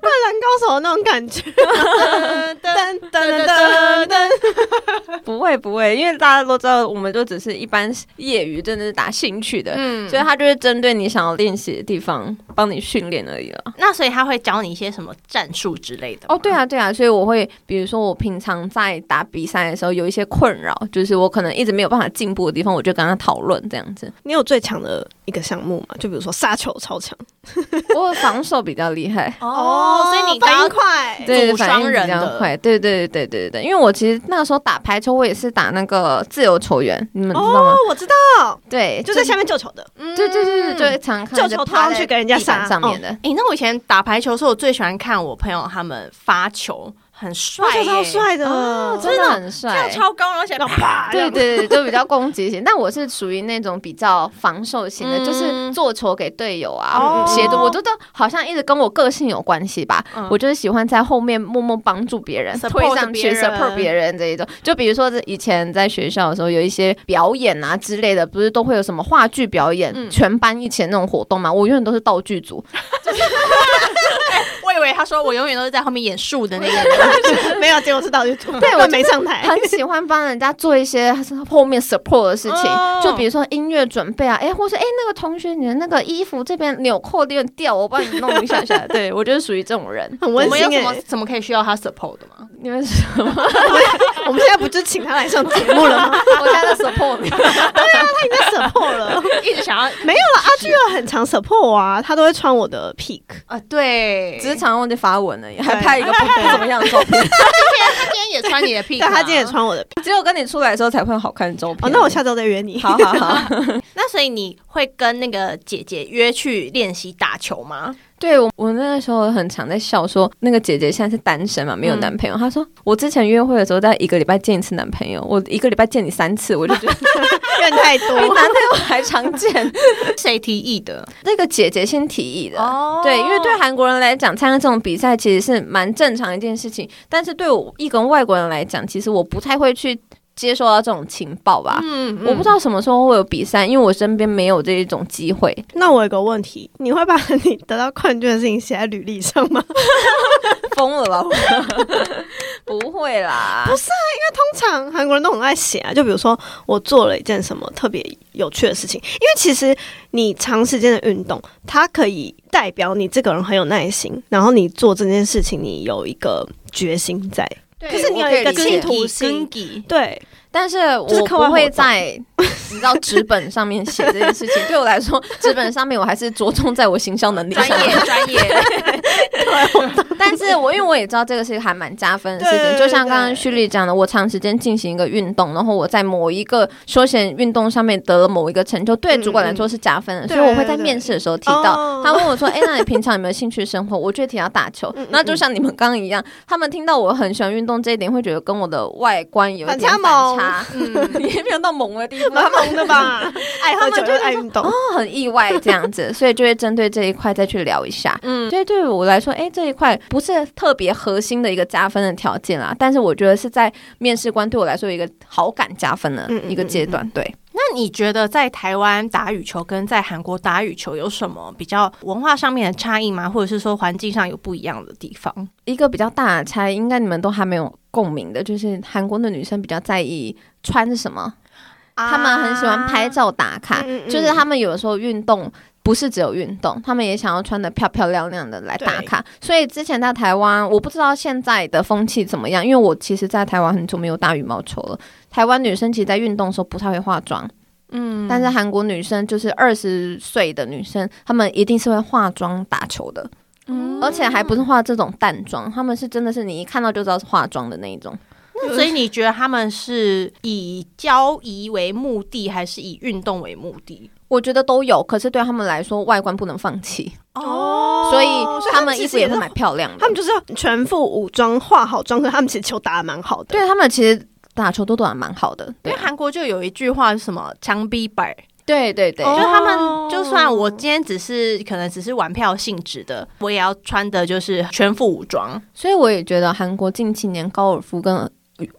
灌篮高手的那种感觉， 噔噔噔噔噔，
不会不会，因为大家都知道，我们就只是一般业余，真的是打兴趣的，
嗯
所以他就会针对你想要练习的地方帮你训练而已了。
那所以他会教你一些什么战术之类的吗。
哦，对，啊，对啊，所以我会，比如说我平常在打比赛的时候有一些困扰，就是我可能一直没有办法进步的地方，我就跟他讨论这样子。
你有最强的一个项目吗？就比如说杀球超强
我防守比较厉害
哦，所以你
反应
刚
快，
对，
组
反应
双人
比较
的
快，对对对对对对，因为我其实那个时候打排球，我也是打那个自由球员，你们知道吗？
哦，我知道，
对，
就在下面救球的，嗯
对对对对，就会常看
就
就
球
趴
掏去
在
给人家
地板
杀
上面
哦
的，
哎、那我以前打排球的时候，我最喜欢看我朋友他们发球，很帅、
哇，
耶
球超，帅哦的，
哦真的很帅
跳。超哎高，然后起来啪，
对对对，就比较攻击型，但我是属于那种比较防守型的，
嗯
就是做球给队友
哦
啊，协助。我觉得好像一直跟我个性有关系吧
嗯，
我就是喜欢在后面默默帮助别人，
Support
推上
别
去
人
support 别人这一种。就比如说以前在学校的时候，有一些表演啊之类的，不是都会有什么话剧表演
嗯，
全班一起的那种活动嘛，我永远都是道具组，
我也以为他说我永远都是在后面演树的那个 人，
没有，结果是道具组，
对我
根本没上台。
很喜欢帮人家做一些 后面 support 的事情，
哦
就比如说音乐准备啊，哎、或是哎、诶那个同学你的那个衣服这边纽扣有点掉，我帮你弄一 下下。对我就是属于这种人，
很
我
温
们
馨
有什么
哎、
什么可以需要他 support 的吗？
你们是什么？
我们现在不就请他来上节 目了吗？
我现在在 support 你。
应该 support 了，
一直想要
没有了。阿俊又很常 support 啊，他都会穿我的 peak。
啊，对，
只是常常忘记发文而已，还
对
拍一个不不怎么样的照 片，
他今天也穿你的屁
对
股，啊
他今天也。穿我的啊 peak。
只有跟你出来的时候才会有好看的照片。
哦，那我下周再约你。
好好 好，
那所以你会跟那个姐姐约去练习打球吗？
对我我那个时候很常在笑说，那个姐姐现在是单身嘛，没有
嗯
男朋友。她说我之前约会的时候，大概一个礼拜见一次男朋友，我一个礼拜见你三次，我就觉得
怨太
比男
多。
朋友还常见。
谁提议的？
那个姐姐先提议的。
哦
对，因为对韩国人来讲，参加这种比赛其实是蛮正常的一件事情，但是对我一个外国人来讲，其实我不太会去接受到这种情报吧。
嗯
我不知
道
道什么时候会有比赛，因为我身边没有这一种机会。
那我有个问题，你会把你得到冠军的事情写在履历上吗？
疯了吧？不会啦，不是
通常韩国人都很爱写啊，就比如说我做了一件什么特别有趣的事情，因为其实你长时间的运动，它可以代表你这个人很有耐心，然后你做这件事情，你有一个决心在。可是你有一个企 图
嗯
心，对，
但是
就是
我
课外活
不会
动
在你知道纸本上面写这件事情。对我来说，纸本上面我还是着重在我行销能力上
专。业 专业，
但是我因为我也知道这个是还蛮加分的事
对
情，
对
就像
对
刚刚旭丽讲的，我长时间进行一个运动，然后我在某一个休闲运动上面得了某一个成就，对
嗯
主管来说是加分的，
嗯
所以我会
对
在
对
面试的时候提
哦
到，他问我说：“哎，那你平常有没有兴趣生活？”我就提到打球
嗯嗯，
那就像你们刚刚一样，他们听到我很喜欢运动这一点，会觉得跟我的外观有一
反
点反
差萌
差， 嗯，也没有到萌的地方，
蛮 萌的吧？
哎
爱喝
他们
酒
就
又
会
爱
说
运动，
很意外这样子， 所以就会针对这一块再去聊一下。
嗯，
所以对于我来说，哎、这一块不是特别核心的一个加分的条件啦，但是我觉得是在面试官对我来说有一个好感加分的
嗯嗯
一个阶段。对，
那你觉得在台湾打羽球跟在韩国打羽球有什么比较文化上面的差异吗？或者是说环境上有不一样的地方？
一个比较大的差异，应该你们都还没有共鸣的，就是韩国的女生比较在意穿什么，
啊
她们很喜欢拍照打卡，
嗯嗯嗯
就是她们有的时候运动。不是只有运动，她们也想要穿的漂漂亮亮的来打卡。所以之前在台湾，我不知道现在的风气怎么样，因为我其实，在台湾很久没有打羽毛球了。台湾女生其实，在运动的时候不太会化妆，
嗯
但是韩国女生就是二十岁的女生，她们一定是会化妆打球的，
哦
嗯
而且还不是化这种淡妆，她们是真的是你一看到就知道是化妆的那一种。
那 所以你觉得他们是以交易为目的，还是以运动为目的？
我觉得都有，可是对她们来说，外观不能放弃，
哦
所以
所以
她
他们
们
其
衣
实
服
也
也
是
会买漂亮的。
他们就是全副武装、化好妆，可是他们其实球打的蛮好的。
对她们其实打球都打得蛮好的，
因
对啊
为韩国就有一句话是什么“枪毙板”，
对对对，
哦
就是他们就算我今天只是可能只是玩票性质的，我也要穿的就是全副武装。
所以我也觉得韩国近几年高尔夫跟。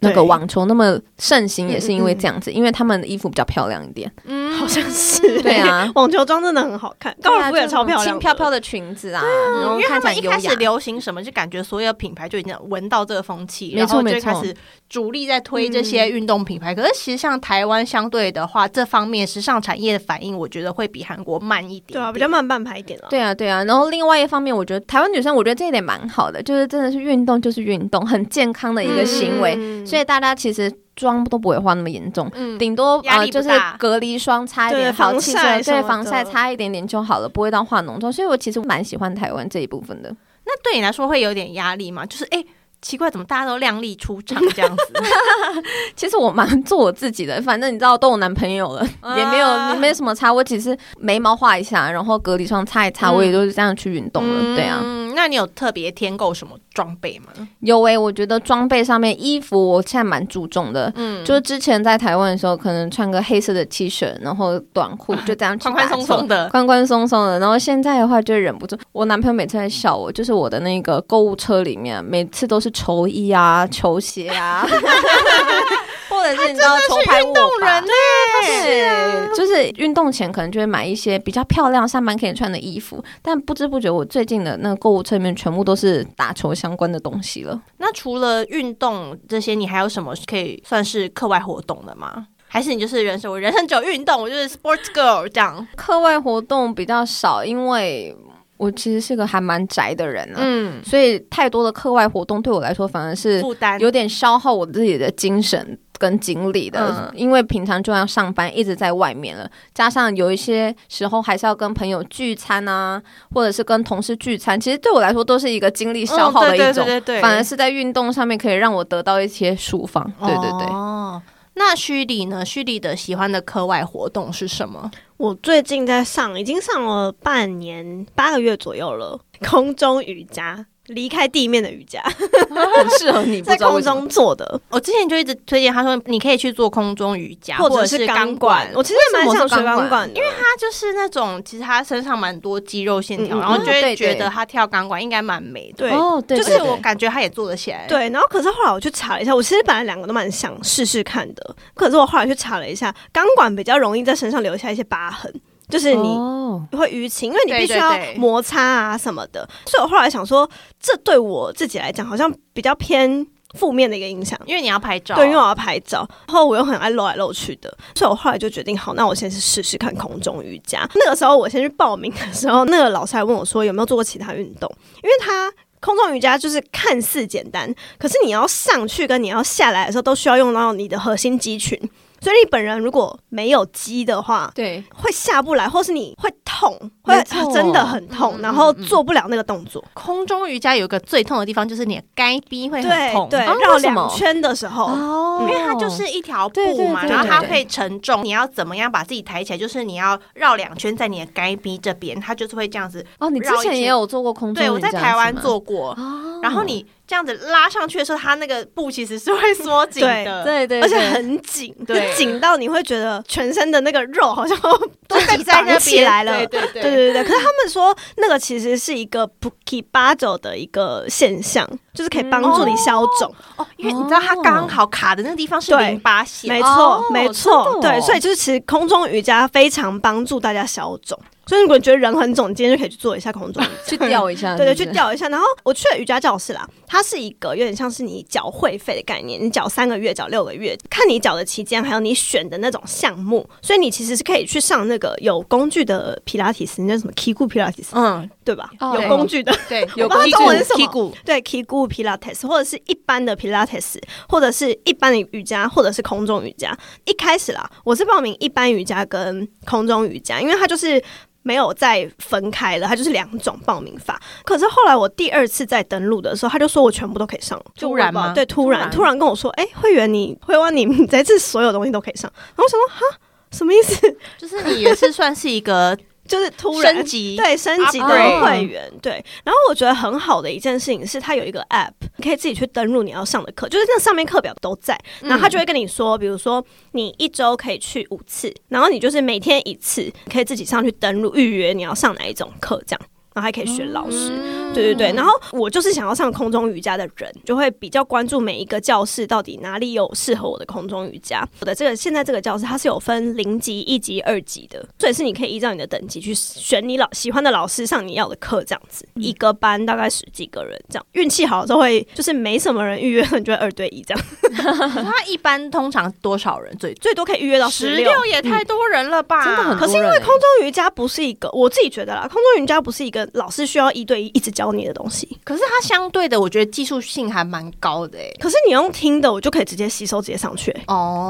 那
对
个网球那么盛行，也是因为这样子，因为他们的衣服比较漂亮一点。
嗯
好像是，
对啊
网球装真的很好看，高尔夫也超漂亮的，
轻飘飘的裙子啊，然
因
后
为他
看
们一
起来很优
开始
雅。
流行什么，就感觉所有品牌就已经闻到这个风气，
没
然
错
后就会
没错
开始主力在推这些运动品牌。可是其实像台湾相对的话，这方面时尚产业的反应，我觉得会比韩国慢一点。
对啊，比较。慢半拍一点啊。
对啊，对啊。然后另外一方面，我觉得台湾女生，我觉得这一点蛮好的，就是真的是运动就是运动，很健康的一个行为，
嗯
所以大家其实妆都不会化那么严重。
嗯，
顶多
压
呃
力不
就是
大
隔离霜擦一
对
点好气色，
防晒什么
对
的
防晒擦一点点就好了，不会到化浓妆。所以我其实蛮喜欢台湾这一 部分的。
那对你来说会有点压力吗？就是哎、诶奇怪，怎么大家都靓丽出场这样子？
其实我蛮做我自己的，反正你知道都有男 朋友了，
啊
也没有没什么差。我只是眉毛画一下，然后隔离霜擦一擦，
嗯
我也就是这样去运动了。对啊，
嗯，那你有特别添购什么装备吗？
有诶、我觉得装备上面衣服我现在蛮注重的。
嗯，
就是之前在台湾的时候，可能穿个黑色的 T 恤，然后短裤，就这样去
宽宽松松
的，
的。
宽宽松松的。然后现在的话，就忍不住，我男朋友每次在笑我，就是我的那个购物车里面，每次都是球 衣啊、球鞋啊，或者是你知道球拍握把，
对，
对，就是啊运动前可能就会买一些比较漂亮上班可以穿的衣服，但不知不觉我最近的那个购物车里面全部都是打球相关的东西了。
那除了运动这些，你还有什么可以算是课外活动的吗？还是你就是人生，我人生只有运动，我就是 sports girl 这样？
课外活动比较少，因为我其实是个还蛮宅的人啊，
嗯，
所以太多的课外活动对我来说反而是
负担
有点消耗我自己的精神跟精力的，
嗯
因为平常就要上班，一直在外面了，加上有一些时候还是要跟朋友聚餐啊，或者是跟同事聚餐，其实对我来说都是一个精力消耗的一种，
嗯对对对对对
反而是在运动上面可以让我得到一些舒放。对对对，
哦，那虚拟呢？虚拟的喜欢的课外活动是什么？
我最近在上，已经上了半年八个月左右 了，空中瑜伽。离开地面的瑜伽，
很适合 你，不
在
知道为
空
什么
中做的，
我之前就一直推荐他说，你可以去做空中瑜
啊
伽，
或
或
者
是
钢
管。
我其实也
为什么
蛮
是
想学
钢
钢
管
管的，因为
他就是那种，其实他身上蛮多肌肉线条，
嗯嗯
然后就会
对对
觉得他跳钢管应该蛮美的。
对
哦，对，
就是
对
我
对
感觉他也做得起来。，
对，然后可是后来我去查了一下，我其实本来两个都蛮想试试看的，可是我后来去查了一下，钢管比较容易在身上留下一些疤痕，就是你
哦
会淤青，因为你
对
必须
对
要
对
摩擦啊什么的。所以我后来想说，这对我自己来讲好像比较偏负面的一个影响。
因为你要拍照，
对，因为我要拍照，然后我又很爱露来露去的，所以我后来就决定，好，那我先去试试看空中瑜伽。那个时候我先去报名的时候，那个老师还问我说有没有做过其他运动，因为他。空中瑜伽就是看似简单，可是你要上去跟你要下来的时候，都需要用到你的核心肌群。所以你本人如果没有肌的话，
对。
会下不来，或是你会痛，会
没错
真的很痛，
嗯
然后做不了那个动作。
空中瑜伽有一个最痛的地方，就是你的该逼会很
对
痛。
对
啊，
绕
为什么
两圈的时候，
哦
因为它就是一条布
对对
嘛，
对
然后
对
它
对
会承重，你要怎么样把自己抬起来？就是你要绕两圈在你的该逼这边，它就是会这样子。
哦，你之
绕一
前
圈
也有做过空中
对
瑜伽
我在
是
台湾
吗
做过，
哦
然后
嗯
你这样子拉上去的时候，它那个布其实是会缩紧的，
对对，
而且
对
很紧，
对
紧到你会觉得全身的那个肉好像都被
挤在那
绑
边
起来了。
对对
对对对，可是他们说那个其实是一个 puki 八九的一个现象，就是可以帮助你消肿。
哦，因为你知道它刚好卡的那个地方是
对
淋巴啊腺，
没
哦
错，没错，
真的哦
对，所以就是其实空中瑜伽非常帮助大家消肿。所以如果你觉得人很肿，你今天就可以去做一下空中瑜伽
去吊一下，
对对，
啊是
去
不是。
吊一下。然后我去了瑜伽教室啦，它是一个有点像是你缴会费的概念，你缴三个月、缴六个月，看你缴的期间，还有你选的那种项目，所以你其实是可以去上那个有工具的皮拉提斯，那叫什么 Kiku 皮拉提斯，
嗯，
对吧？
哦
有工具的，
对，
有
帮
帮
助
助
我
我
的
是什么
屁股，
对 Kiku 皮拉提斯，或者是一般的皮拉提斯，或者是一般的瑜伽，或者是空中瑜伽。一开始啦，我是报名一般瑜伽跟空中瑜伽，因为它就是。没有再分开了，它就是两种报名法。可是后来我第二次再登录的时候，他就说我全部都可以上了。
突然吗
对，突然
突然
突然跟我说，哎、会员你会员你你这次所有东西都可以上。然后我想说，哈，什么意思？
就是你也是算是一个
就是 突然
升级，
对升级的
Upgrade
会员，对。然后我觉得很好的一件事情是，它有一个 app，你可以自己去登录你要上的课，就是那上面课表都在。然后它就会跟你说，比如说你一周可以去五次，然后你就是每天一次，你可以自己上去登录预约你要上哪一种课，这样，然后还可以选老师。
嗯
对对对，然后我就是想要上空中瑜伽的人，就会比较关注每一个教室到底哪里有适合我的空中瑜伽。我的这个现在这个教室它是有分零级、一级、二级的，所以是你可以依照你的等级去选你老喜欢的老师上你要的课，这样子一个班大概十几个人这样。运气好的时候会就是没什么人预约，你就会二对一这样，
它一般通常多少人最
最多可以预约到十六。嗯
六也太多人了吧？
真的很欸
可是因为空中瑜伽不是一个，我自己觉得啦，空中瑜伽不是一个老师需要一对一一直教你的东西。
可是它相对的，我觉得技术性还蛮高的哎。
可是你用听的，我就可以直接吸收，直接上去、欸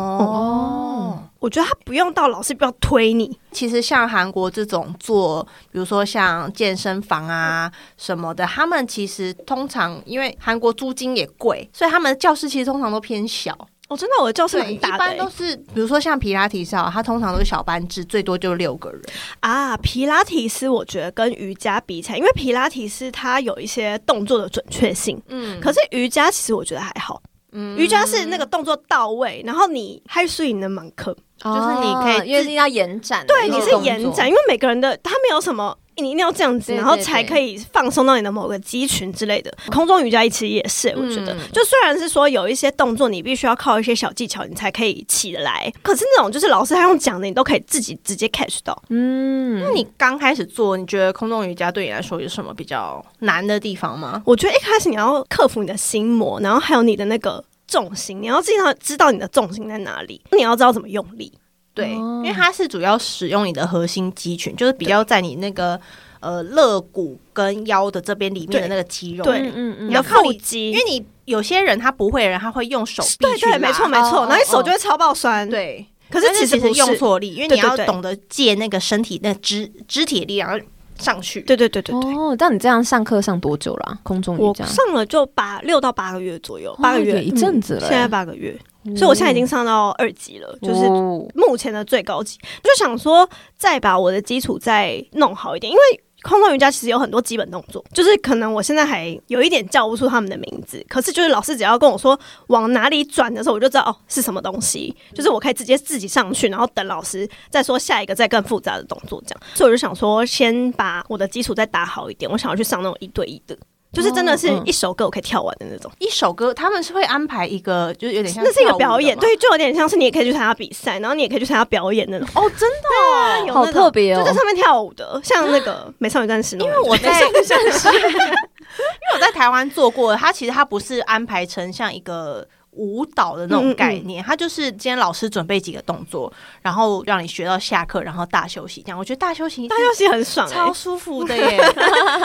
哦，
我觉得他不用到老师不要推你，
其实像韩国这种做，比如说像健身房啊什么的，他们其实通常因为韩国租金也贵，所以他们的教室其实通常都偏小。
哦，真的我的教室
对，
蛮
一
大的、
般都
欸、
是比如说像皮拉提斯啊，它通常都是小班制，最多就六个人。
啊。皮拉提斯我觉得跟瑜伽比起来，因为皮拉提斯它有一些动作的准确性，
嗯
可是瑜伽其实我觉得还好。
嗯
瑜伽是那个动作到位，然后你还是你能满课，
哦
就是你可以
因为
自
是要延展的
对，
一个
你
动
是
作，
延展，因为每个人的他没有什么。你一定要这样子，
对
然后
对
才
对
可以放松到你的某个肌群之类的。空中瑜伽其实也是，我觉得，
嗯
就虽然是说有一些动作你必须要靠一些小技巧你才可以起得来，可是那种就是老师他用讲的，你都可以自己直接 catch 到。
嗯，
那你刚开始做，你觉得空中瑜伽对你来说有什么比较难的地方吗？
我觉得一开始你要克服你的心魔，然后还有你的那个重心，你要经常知道你的重心在哪里，你要知道怎么用力。
对，
哦
因为它是主要使用你的核心肌群，就是比较在你那个呃肋骨跟腰的这边里面的那个肌肉。
对
嗯嗯嗯，
你的
要靠
腹
你
肌，
因为你有些人他不会的人，他会用手臂
对
去
对，
拉
没错没
哦
错，然后你手
哦
就会超爆酸。，
对。
可
但
其实
其
不
实
是
用。错力，因为
对
你
对
要
对
懂得借那个身体那肢肢体的力量上去。
对对对对对，
哦，但你这样上课上多久了啊、空中瑜
我
伽
上了就八六到八个月左右，八个
哦
月嗯
也一阵子了嗯
现在八个月，所以我现在已经上到二级了，就是
哦
目前的最高级。我就想说，再把我的基础再弄好一点，因为。空中瑜伽其实有很多基本动作，就是可能我现在还有一点叫不出他们的名字，可是就是老师只要跟我说往哪里转的时候，我就知道哦是什么东西，就是我可以直接自己上去，然后等老师再说下一个再更复杂的动作这样。所以我就想说，先把我的基础再打好一点，我想要去上那种一对一的，就是真的是
哦嗯
一首歌我可以跳完的那种。
一首歌，他们是会安排一个，就是有点像
那是一个
跳舞的
表演，
吗
对，就有点像是你也可以去参加比赛，然后你也可以去参加表演那种。
哦，真的哦、
有
好
那种
特别
就
哦
在。上面跳舞的，像那个《美少女战士》那种感觉，因
我在， 因为我在台湾做过，它其实它不是安排成像一个舞蹈的那种概
嗯
念，它就是今天老师准备几个动作，然后让你学到下课，然后大休息这样。我觉得大休息
大休息很爽、欸，
超舒服的耶，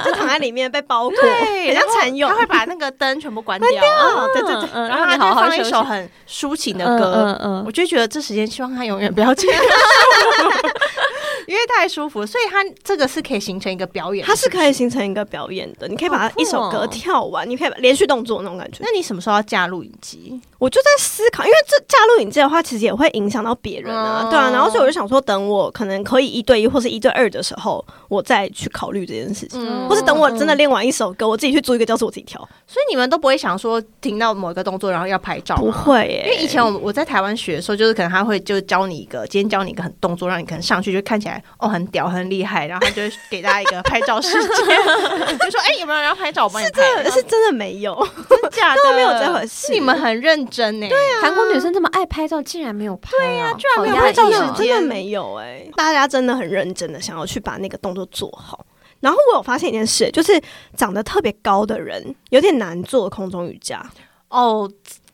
就躺在里面被包裹，
对，
很像
然后
蚕蛹。
他会把那个灯全部关掉，
哦，对对对，
嗯
然后他
让你
就
好好
放一
休息
首很抒情的
嗯
歌，
嗯嗯
我就觉得这时间希望他永远不要结束， 因为太舒服了，所以他这个是可以形成一个表演。
它是
不
可以形成一个表演的，你可以把它一首歌跳完，你可以把连续动作那种感觉
那。你什么时候要加入影集？
我就在思考，因为这加入影集的话，其实也会影响到别人啊，
嗯
对啊。然后所以我就想说，等我可能可以一对一或是一对二的时候，我再去考虑这件事情，
嗯，哦
嗯
或是等我真的练完一首歌，我自己去租一个教室我自己跳。
所以你们都不会想说停到某一个动作然后要拍照吗
不。会欸耶、
因为以前我我在台湾学的时候，就是可能他会就教你一个，今天教你一个很动作，让你可能上去就看起来哦很屌很厉害，然后他就会给大家一个拍照时间， 就说哎、有没有人要拍照？我帮你拍。
真的是真的没有，
真的假的？
没有这回事
啊你们很认真呢、对啊，
嗯韩国女生这么爱拍照，竟然没有拍、啊对呀、居
然没有拍照
没
时
有
间
真的没有哎、大家真的很认真的想要去把那个动作做好。然后我有发现一件事，就是长得特别高的人有点难做空中瑜伽，
哦，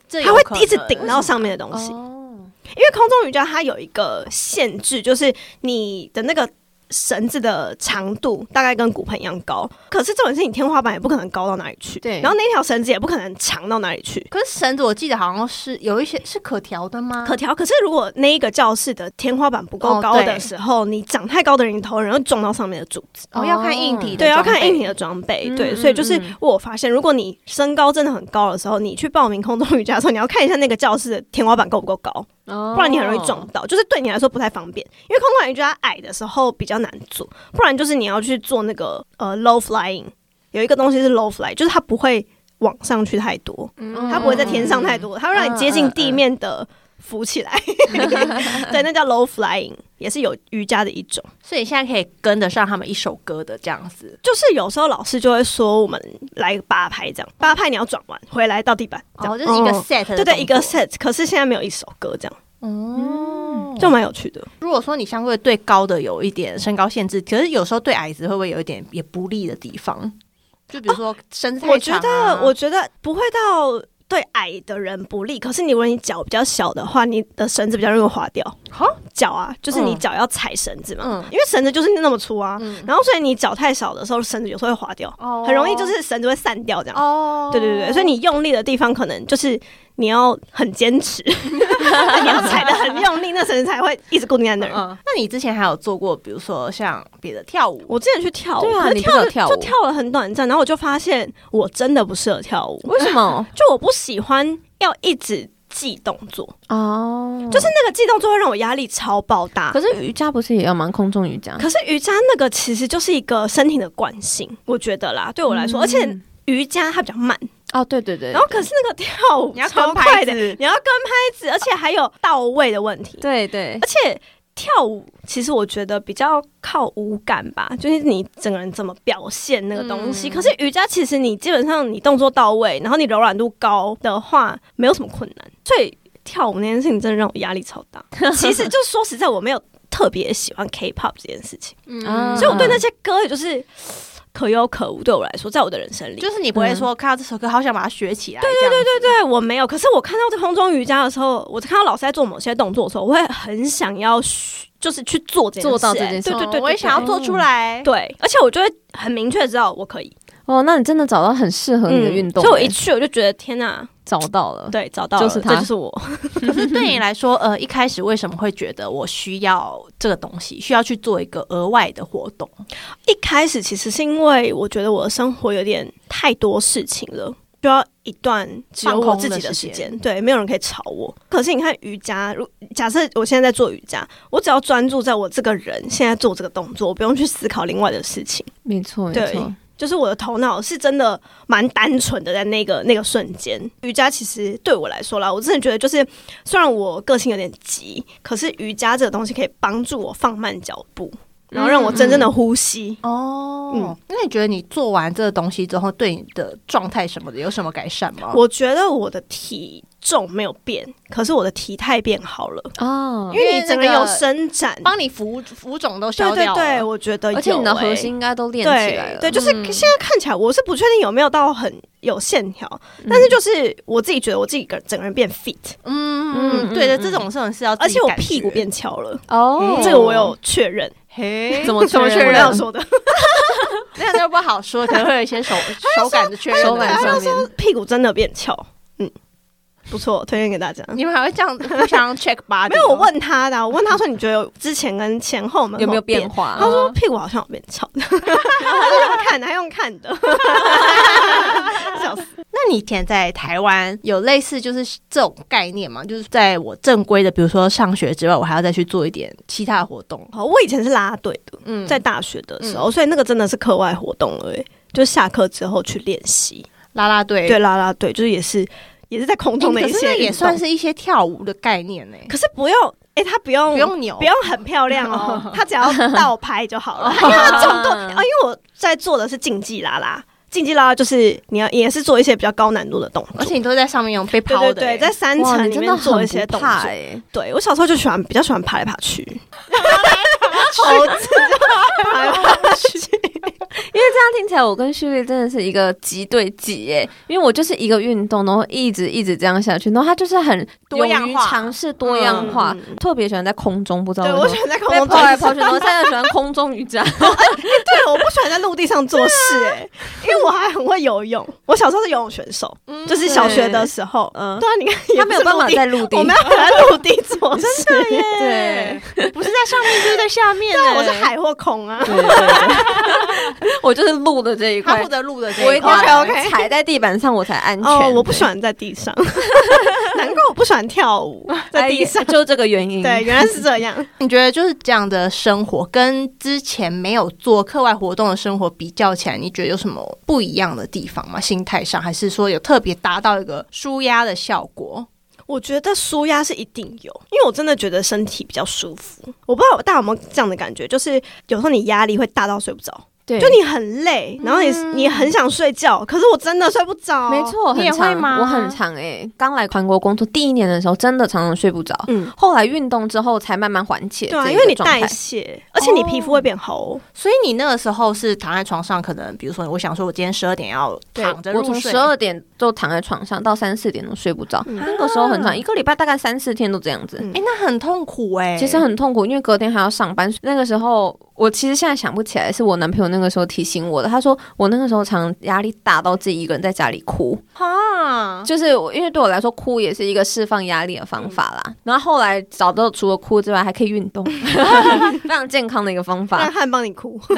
这
他
有
会
可能
一直顶到上面的东西。
哦，
因为空中瑜伽它有一个限制，就是你的那个绳子的长度大概跟骨盆一样高，可是重点是你天花板也不可能高到哪里去，
对
然后那条绳子也不可能长到哪里去。
可是绳子我记得好像是有一些是可调的吗？
可调。可是如果那一个教室的天花板不够
嗯哦
高
对
的时候，你长太高的人，你头人会撞到上面的柱子。
哦，要看硬体的
对，要看
装备
硬体的装备。
嗯
对，
嗯
所以就是
嗯
我有发现，如果你身高真的很高的时候，你去报名空中瑜伽的时候，你要看一下那个教室的天花板够不够高，
哦
不然你很容易撞到。就是对你来说不太方便，因为空中瑜伽矮的时候比较难做，不然就是你要去做那个呃 low flying，有一个东西是 low fly，就是它不会往上去太多，
嗯
嗯
它不会在天上太多，它会让你接近地面的浮起来。 对，那叫 low flying，也是有瑜伽的一种。
嗯所以现在可以跟得上他们一首歌的这样子。
就是有时候老师就会说，我们来八拍这样，八拍你要转弯回来到地板，这
然
样
后就是一个
哦
set，的
对对，一个
动作
set。可是现在没有一首歌这样，
哦。
就蛮有趣的。
如果说你相对对高的有一点身高限制，可是有时候对矮子会不会有一点也不利的地方？哦就比如说身材、啊
我觉得，我觉得不会到。对矮的人不利，可是你如果你脚比较小的话，你的绳子比较容易滑掉。
好
脚啊，就是你
嗯
脚要踩绳子嘛，
嗯
因为绳子就是那么粗啊。
嗯
然后所以你脚太小的时候，绳子有时候会滑掉，
哦
很容易就是绳子会散掉这样。
哦，
对对对，所以你用力的地方可能就是你要很坚持， 你要踩的很用力，那绳子才会一直固定在那儿。
嗯，那你之前还有做过，比如说像别的跳舞，
我之前去跳舞，
对啊
可是
你不是
跳了
有跳舞
就跳了很短暂，然后我就发现我真的不适合跳舞，
为什么？
就我不喜欢要一直记动作，
哦，
就是那个记动作会让我压力超爆大
可。是嗯瑜伽不是也要吗？空中瑜伽，
可是瑜伽那个其实就是一个身体的惯性，我觉得啦，对我来说，而且瑜伽它比较慢，
哦，对嗯对对，
然后可是那个跳舞
你要
超
跟拍
快
子
的，你要跟拍子，而且还有到位的问题。
对对
而且跳舞其实我觉得比较靠舞感吧，就是你整个人怎么表现那个东西。
嗯
可是瑜伽其实你基本上你动作到位，然后你柔软度高的话，没有什么困难。所以跳舞那件事情真的让我压力超 大。其实就说实在，我没有特别喜欢 K-pop 这件事情，
啊
嗯
所以我对那些歌也就是可有可无。对我来说，在我的人生里，
就是你不会说看到这首歌好想把它学起来，对对对对
对，我没有。可是我看到这空中瑜伽的时候，我看到老师在做某些动作的时候，我会很想要学，就是去做这件事、
做到这件事
对对对对，
哦我也想要做出 来。
对，而且我就会很明确知道我可以。
哦，那你真的找到很适合你的运动
嗯
欸、
所以我一去我就觉得天哪，
找到了，
对，找到了，
就是它
这就是我。
可是对你来说，呃，一开始为什么会觉得我需要这个东西，需要去做一个额外的活动？
一开始其实是因为我觉得我的生活有点太多事情了。需要一段只有我自己的时
放空的时
间，对，没有人可以吵我。可是你看瑜伽，如假设我现在在做瑜伽，我只要专注在我这个人现在做这个动作，我不用去思考另外的事情。
没错，没
对
错。
就是我的头脑是真的蛮单纯的，在那个那个瞬间，瑜伽其实对我来说啦，我真的觉得就是，虽然我个性有点急，可是瑜伽这个东西可以帮助我放慢脚步，然后让我真正的呼吸。
哦，那你觉得你做完这个东西之后，对你的状态什么的有什么改善
嗯
吗？
我觉得我的体重没有变，可是我的体态变好了，
哦
因，为
因为
你整个
那个
有伸展。
帮你浮浮肿都消
对对
掉了，
对，我觉得有、欸，
而且你的核心应该都练起来
对
了，
对，就是
嗯
现在看起来，我是不确定有没有到很有线条，
嗯
但是就是我自己觉得我自己个整个人变 fit，
嗯
嗯
嗯，对的，
嗯
这种是很是要自
而
己
且我
感觉
屁股变翘了，
哦，
这个我有确认。
嘿，
怎么
怎么
确
确
我
认
没
认
有？ 说的，
那那不好说，可能会有一些 手手感的确认，啊
手感上面。
屁股真的变翘，嗯，不错，推荐给大家。
你们还会这样互相 check body？
没有，我问他的啊，我问他说你觉得有之前跟前后门口
有没有变
变？
化？
他说屁股好像有变翘， 然后他就用看的，还用看的， 笑死。
那你以前在台湾有类似就是这种概念吗？就是在我正规的，比如说上学之外，我还要再去做一点其他的活动。
好，我以前是啦啦队的，
嗯，
在大学的时候，所以那个真的是课外活动而已，就下课之后去练习。
啦啦队，
对，啦啦队就是也是也哎是在空中的
可
一
是那
些
也
运
算
动，
是一些跳舞的概念呢、
可是不用，哎，他不用
不用扭，
不用很漂亮哦， 他只要倒拍就好了。因为他重度啊，因为我在做的是竞技啦啦，竞技啦啦就是你要也是做一些比较高难度的动
而
作。
且你都在上面用被
对
抛
对
的、欸
对，在三
哇
层
你
里
真的
面做
很
一些
不
动
怕
作。
欸
对我小时候就喜欢比较喜欢爬来爬去，
猴子，
爬来爬去。
因为这样听起来，我跟旭丽真的是一个极对极耶。因为我就是一个运动，然后一直一直这样下去，然后他就是很
多样化
勇于尝试多样化，
嗯
特别喜欢在空中，不知道
对
为
我
什
喜
么。
欢在空
被
中
抛
做
来
事。
抛去，然后现在喜欢空中 瑜伽，
对，我不喜欢在陆地上做事、 哎，因为我还很会游泳。我小时候是游泳选手，就是小学的时候。
嗯
对啊，你看，
他没有办法在
陆
陆地
地，我，没有办 法在陆地做事。真的耶，
对
不是在上面就是在下面、欸
对啊， 我是，海或空啊。
对对对，我就是路的这一
他
块
负，责录的这
我一
一
定
块。
要
OK，OK
踩在地板上我才安全。
哦，我不喜欢在地 上， 难怪我不喜欢跳舞， 在地上。
哎就这个原因。
对，原来是这样。
你觉得就是这样的生活，跟之前没有做课外活动的生活比较起来，你觉得有什么不一样的地方吗？心态上，还是说有特别达到一个舒压的效果？
我觉得舒压是一定有，因为我真的觉得身体比较舒服。我不知道大家有没有这样的感觉，就是有时候你压力会大到睡不着，
对，嗯
就你很累，然后你、你很想睡觉，可是我真的睡不着。
没，错，
你也
很常
会吗
我很常哎，刚来韩国工作第一年的时候，真的常常睡不着。
嗯，
后来运动之后才慢慢缓解这
对
个状
啊，因
态，
为你代谢，而且你皮肤会变好哦。
所以你那个时候是躺在床上，可能比如说，我想说我今天十二点要
对
躺着
我
入
从
睡
十，二点就躺在床上到三四点都睡不着，
嗯
那个时候很长，一个礼拜大概三四天都这样子。
嗯
哎、那很痛苦哎、
其实很痛苦，因为隔天还要上班。那个时候，我其实现在想不起来，是我男朋友那个时候提醒我的。他说我那个时候常压力大到自己一个人在家里哭，
哈，
就是我，因为对我来说，哭也是一个释放压力的方法
嗯
啦。然后后来找到除了哭之外，还可以运 动，非常健康的一个方法
让。汉帮你哭，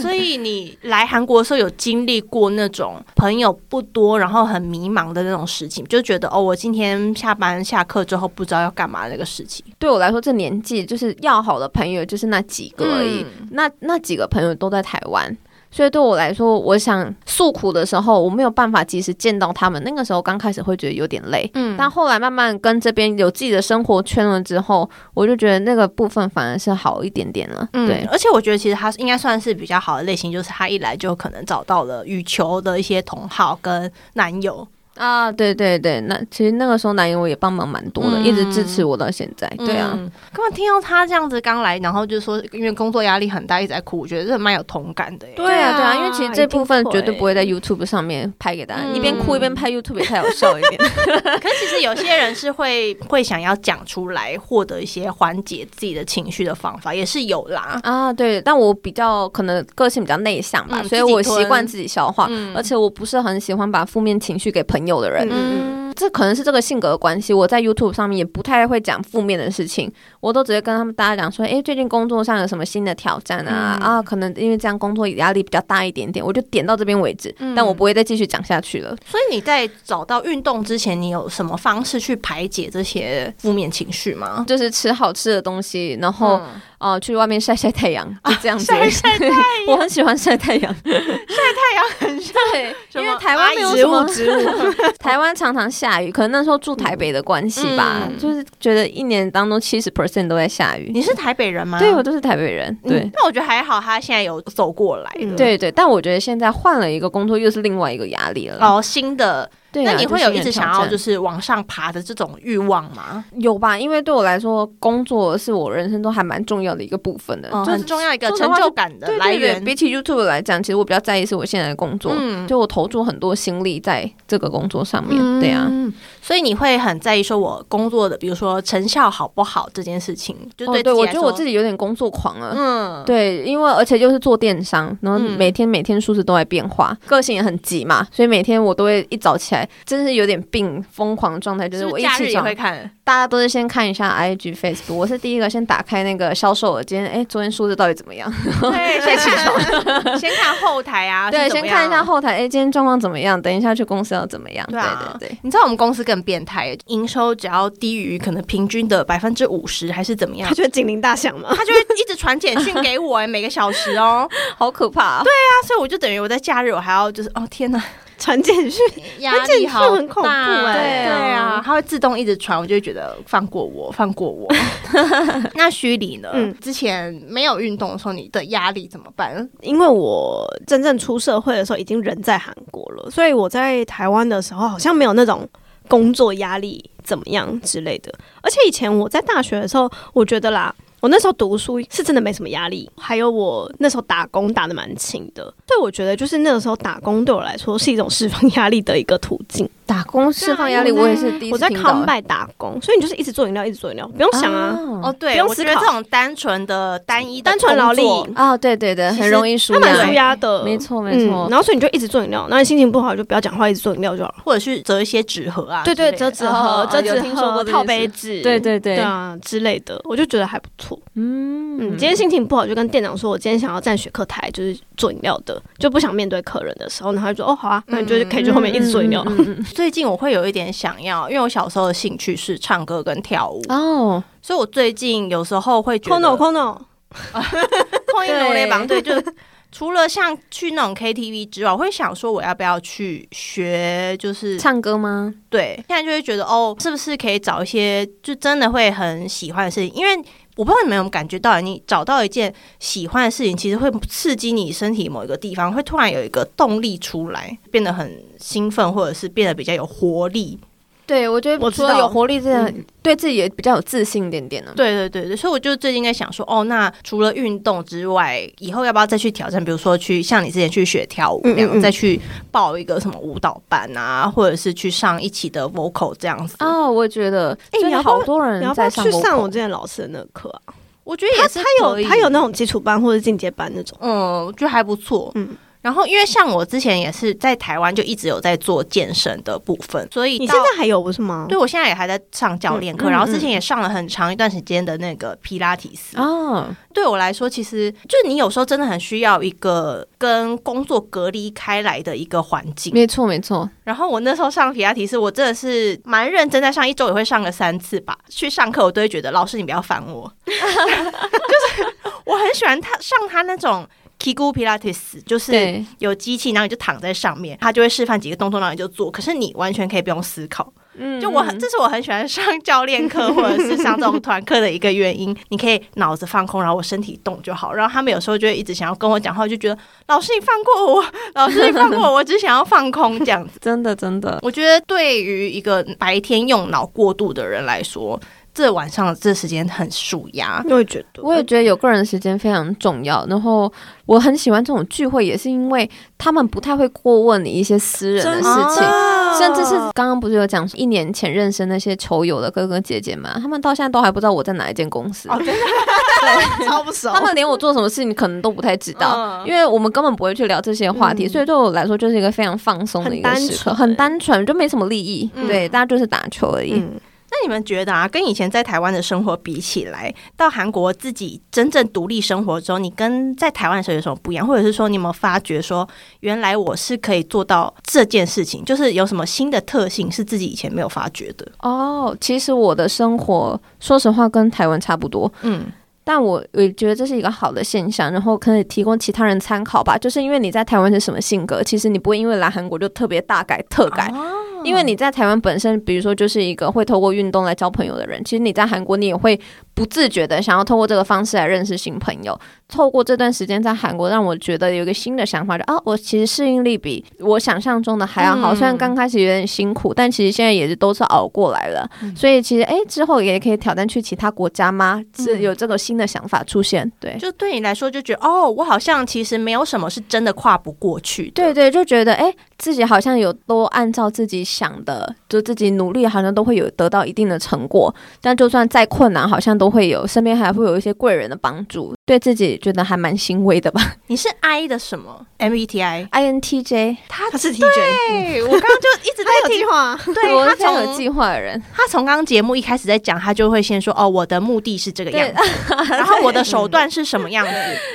所以你来韩国的时候有经历过那种朋友不多，然后很迷茫的那种事情，就觉得哦，我今天下班下课之后不知道要干嘛那个事情。
对我来说，这
嗯
年纪就是要好的朋友就是那几个而已，那那几个朋友都在台湾。所以对我来说，我想诉苦的时候，我没有办法及时见到他们。那个时候刚开始会觉得有点累，
嗯
但后来慢慢跟这边有自己的生活圈了之后，我就觉得那个部分反而是好一点点了。
嗯
对，，
而且我觉得其实他应该算是比较好的类型，就是他一来就可能找到了羽球的一些同好跟男友，
啊，对对对，那其实那个时候男友也帮忙蛮多的，
嗯
一直支持我到现在。对啊，
嗯，刚刚听到他这样子刚来，然后就说因为工作压力很大，一直在哭，我觉得这蛮有同感的耶。
对
对啊，
啊
对啊，因为其实这部分绝对不会在 YouTube 上面拍给大家，
嗯
一边哭一边拍 YouTube 也太有笑一 点。
可是其实有些人是会 会想要讲出来，获得一些缓解自己的情绪的方法，也是有啦。
啊，对，但我比较可能个性比较内向吧，
嗯
所以我
自己
习
吞嗯
惯自己消化，而且我不是很喜欢把负面情绪给朋友的人。
嗯
这可能是这个性格的关系，我在 YouTube 上面也不太会讲负面的事情，我都直接跟他们大家讲说，诶，最近工作上有什么新的挑战啊？
嗯
啊，可能因为这样工作压力比较大一点点，我就点到这边为止，
嗯
但我不会再继续讲下去了。
所以你在找到运动之前，你有什么方式去排解这些负面情绪吗？
就是吃好吃的东西，然后、哦，去外面晒晒太阳，就这样子。
晒嗯 晒
太阳， 我很喜欢晒太阳，晒太阳很对，因为台湾没有
植
什
物
么，
植物，
台湾常常下雨，可能那时候住台北的关系吧，
嗯
就是觉得一年当中七十 percent 都在下雨。
你是台北人吗？
对我都是台北人，对。
嗯那我觉得还好，他现在有走过来的。
嗯
对对，但我觉得现在换了一个工作，又是另外一个压力了。
哦，新的，
对啊、
那你会有一直想要
就
就是是往上爬的这种欲望吗？
一个挑战有吧？因为对我来说，工作是我人生中还蛮重要的一个部分呃的，
哦
就是
很重要一个
说实
成
话
就感的
对
来
对对，
源。
比起 YouTube 来讲，其实我比较在意是我现在的工作，
嗯
就我投注很多心力在这个工作上面。对啊，
嗯，所以你会很在意说我工作的，比如说成效好不好这件事情，就
哦，
对
对，
自己
我
来
觉得我
说
自己有点工作狂了。
嗯，
对，因为而且又是做电商，然后
嗯
每天每天数字都在变化，个性也很急嘛，所以每天我都会一早起来，真是有点病疯狂的状态，就是
是不
我
是
一
假日
起
也
床
会，看，
大家都是先看一下 IG、Facebook，我是第一个先打开那个销售额，今天哎，昨天数字到底怎么样？
对，先看 先看后台啊，
对，
是怎
先
么
看一下
样。
后台，哎，今天状况怎么样？等一下去公司要怎么样？
对啊
对对对。
你知道我们公司更变态，营收只要低于可能平均的百分之五十还是怎么样
他，觉得警铃大响嘛，
他就会一直传简讯给我、哎，每个小 时哦。
好可怕、啊！
那所以我就等于我在假日我还要就是哦天哪，
传简讯，
压
那简讯很恐怖哎
欸对
对
啊
啊，
它会自动一直传，我就会觉得放过我，放 过我。那虚拟呢？
嗯
之前没有运动的时候，你的压力怎么办？
因为我真正出社会的时候已经人在韩国了，所以我在台湾的时候好像没有那种工作压力怎么样之类的。而且以前我在大学的时候，我觉得啦。我那时候读书是真的没什么压力，还有我那时候打工打的蛮勤的，所以我觉得就是那个时候打工对我来说是一种释放压力的一个途径。
打工释放压力，
对啊
我也是第一
我
次
在
听到。
康拜打工，所以你就是一直做饮料，一直做饮料，不用想啊，
哦，
啊，
不
对，
用
我觉
思
得
考
这种单纯的、单一的
单纯劳力
工作
哦对对对，
其
很
实
容易输
它蛮
对
舒压嗯的，
没错没错
然后所以你就一直做饮料，然后你心情不好就不要讲话，一直做饮料就好了。
或者是折一些纸盒啊之
对
类
对，
的，
折纸
哦
盒、折
有
纸
听说过
盒、
这件事
套杯纸，
对对对
对，啊之类的，我就觉得还不错。嗯，
嗯
今天心情不好就跟店长说，我今天想要站学客台，就是做饮料的，就不想面对客人的时候，然后他就说哦好啊，那你就是可以去后面一直做饮料。
嗯嗯嗯嗯
最近我会有一点想要，因为我小时候的兴趣是唱歌跟跳舞，
嗯哦，
所以我最近有时候会觉得
Kono Kono，
空一流
对
泪榜，对，就除了像去那种 KTV 之外，我会想说我要不要去学，就是
唱歌吗？
对，现在就会觉得哦，是不是可以找一些就真的会很喜欢的事情？因为我不知道你们有没有感觉到，你找到一件喜欢的事情，其实会刺激你身体某一个地方，会突然有一个动力出来，变得很兴奋，或者是变得比较有活力。
对，我觉得
我
除
知
了
道
有活力这样，
嗯
对自己也比较有自信一点点呢。
对对对对，所以我就最近在想说，哦，那除了运动之外，以后要不要再去挑战？比如说去像你之前去学跳舞那样，
嗯嗯嗯
再去报一个什么舞蹈班啊，或者是去上一期的 vocal 这样子。
哦，我觉得，
哎
最
你
近
要不要
好多
你
人
要不要
在
去
过
上
口
我之前老师的那个课啊？
我觉得也是
他有
可以
他有那种基础班或者进阶班那种。
嗯，我觉得还不错。
嗯
然后因为像我之前也是在台湾就一直有在做健身的部分，所以
你
到
现在还有不是吗？
对我现在也还在上教练课，
嗯嗯
然后之前也上了很长一段时间的那个皮拉提斯。
哦，
对我来说，其实就是你有时候真的很需要一个跟工作隔离开来的一个环境。
没错没错，
然后我那时候上皮拉提斯，我真的是蛮认真在上，一周也会上个三次吧。去上课我 都会觉得老师你不要烦我，就是我很喜欢他上他那种 Kiku Pilates 就是
对，
有机器，然后你就躺在上面，它就会示范几个动作，然后你就做。可是你完全可以不用思考，
嗯
就我很，这是我很喜欢上教练课或者是上这种团课的一个原因。你可以脑子放空，然后我身体动就好。然后他们有时候就会一直想要跟我讲话，我就觉得老师你放过我，老师你放过我，我只想要放空这样子。
真的真的，
我觉得对于一个白天用脑过度的人来说，这晚上这时间很舒压。
我也觉得，
我也觉得有个人的时间非常重要。然后我很喜欢这种聚会，也是因为他们不太会过问你一些私人的
真
事情。
啊
甚至是刚刚不是有讲一年前认识那些球友的哥哥姐姐嘛，他们到现在都还不知道我在哪一间公司，
哦，真的
超不熟
他们连我做什么事情可能都不太知道。
嗯
因为我们根本不会去聊这些话题，
嗯
所以对我来说就是一个非常放松的一个
很单
时刻，
纯
很单纯，就没什么利益。
嗯
对，大家就是打球而已。
嗯，
那你们觉得啊，跟以前在台湾的生活比起来，到韩国自己真正独立生活之后，你跟在台湾的时候有什么不一样？或者是说，你有没有发觉说，原来我是可以做到这件事情，就是有什么新的特性是自己以前没有发觉的？
哦，其实我的生活，说实话跟台湾差不多，
嗯，
但我我觉得这是一个好的现象，然后可以提供其他人参考吧。就是因为你在台湾是什么性格，其实你不会因为来韩国就特别大改特改，因为你在台湾本身，比如说就是一个会透过运动来交朋友的人，其实你在韩国你也会不自觉的想要透过这个方式来认识新朋友。透过这段时间在韩国，让我觉得有一个新的想法，就啊，我其实适应力比我想象中的还要好。
嗯
虽然刚开始有点辛苦，但其实现在也是都是熬过来了。所以其实哎，之后也可以挑战去其他国家吗？是
嗯
有这个新的想法出现，对。
就对你来说，就觉得哦，我好像其实没有什么是真的跨不过去的。
对对，就觉得哎，自己好像有都按照自己想的，就自己努力，好像都会有得到一定的成果。但就算再困难，好像都会有身边还会有一些贵人的帮助，对自己觉得还蛮欣慰的 吧。
你是 I 的什么 E MBTI？
INTJ，
他是 TJ，
对，我刚刚就一直在
他有
听
计划啊，
对
我
他
是非常有
从
计划的人，
他从刚刚节目一开始在讲，他就会先说哦，我的目的是这个样
对
子，， 然后我的手段是什么样子，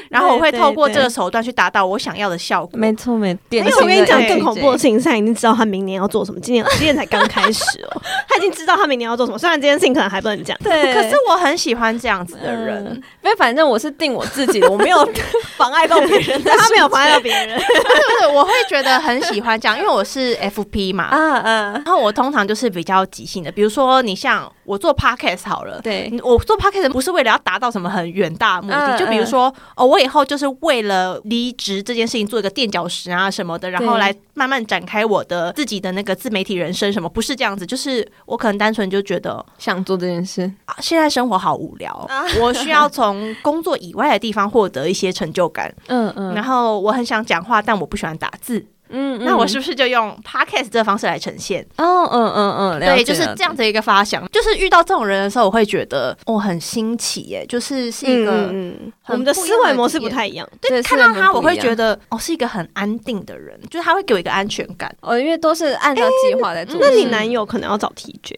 然后我会透过这个手段去达到我想要的效果。
没错没错。
而
典
且
型
我跟你
的
讲，
对
INTJ
更恐怖的事情是，他已经知道他明年要做什么。今年今年才刚开始哦， 他已经知道他明年要做什么。虽然这件事情可能还不能讲，
对，
可 是我很喜欢这样子的人，
嗯因为反正我是定我自己的，我没有 妨碍到别人的
但他没有妨碍到别人。
对 对，我会觉得很喜欢这样，因为我是 FP 嘛，
啊啊，
然后我通常就是比较即兴的，比如说你像我做 podcast 好了。
对，
我做 podcast 不是为了要达到什么很远大的目的，
嗯
就比如说，哦，我以后就是为了离职这件事情做一个垫脚石啊什么的，然后
对
来慢慢展开我的自己的那个自媒体人生什么，不是这样子，就是我可能单纯就觉得，
想做这件事，
啊，现在生活好无聊，哦我需要从工作以外的地方获得一些成就感。
嗯嗯
然后我很想讲话，但我不喜欢打字，
嗯
那我是不是就用 podcast 这个方式来呈现？
哦，嗯嗯嗯，了
对，
解
就是
了
这样的一个发想。就是遇到这种人的时候，我会觉得哦，很新奇耶，就是是一个。
嗯嗯，
很
我们的思维模式不太一样。
对
对，
是
看到
很
他
不
我
一
会
样
觉得哦，是一个很安定的人，就是他会给我一个安全感。
哦，因为都是按照计划在做
那
事。
你男友可能要找 TJ，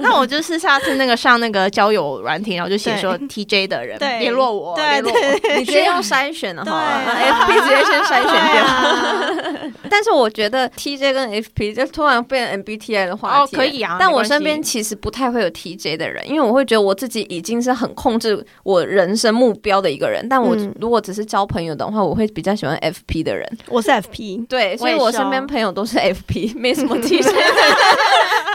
那我就是下次那个上那个交友软体，然后就写
对
说 TJ 的人
对
联络我，
对
联络我
对
你直接用筛选的好了
对
嗯，FP 直接先筛选
对
掉。
啊
但是我觉得 TJ 跟 FP 就突然变 MBTI 的话
哦
题，
可以啊
但
没
我
关
身边
系
其实不太会有 TJ 的人，因为我会觉得我自己已经是很控制我人生目标的一个人。但我
嗯
如果只是交朋友的话，我会比较喜欢 FP 的人。
我是 FP，
对，所以
我也
我
是
身
哦
边朋友都 是 FP，没什么 TJ 的人，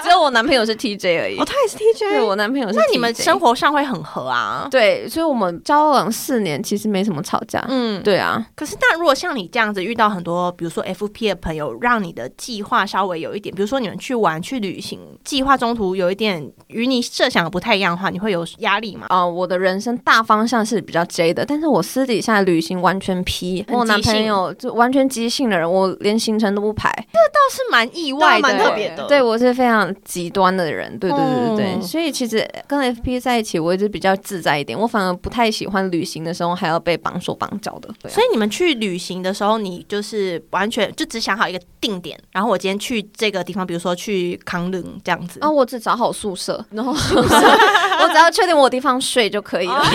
只有我男朋友是 TJ 而已
哦，。他也是
对，
TJ，
我男朋友是 TJ。
那你们生活上会很合啊？
对，所以我们交往四年，其实没什么吵架。
嗯，
对啊，
可是，那如果像你这样子遇到很多，比如说 FP 的朋友，让你的计划稍微有一点，比如说你们去玩、去旅行，计划中途有一点与你设想的不太一样的话，你会有压力吗？
啊、我的人生大方向是比较 J 的，但是我私底下旅行完全 P，
很
我男
即兴
朋友就完全即兴的人，我连行程都不排。
倒是蛮意
对啊
外的，
蛮特别的。
对，我是非常极端的人，对对对对对，
哦
所以其实跟 FP 在一起，我一直比较自在一点，我反而不太喜欢旅行的时候还要被绑手绑脚的。对啊、
所以你们去旅行的时候，你就是完全就只想好一个定点，然后我今天去这个地方，比如说去康伦这样子。
啊，我只找 好宿舍，然后我只要确定我有地方睡就可以了。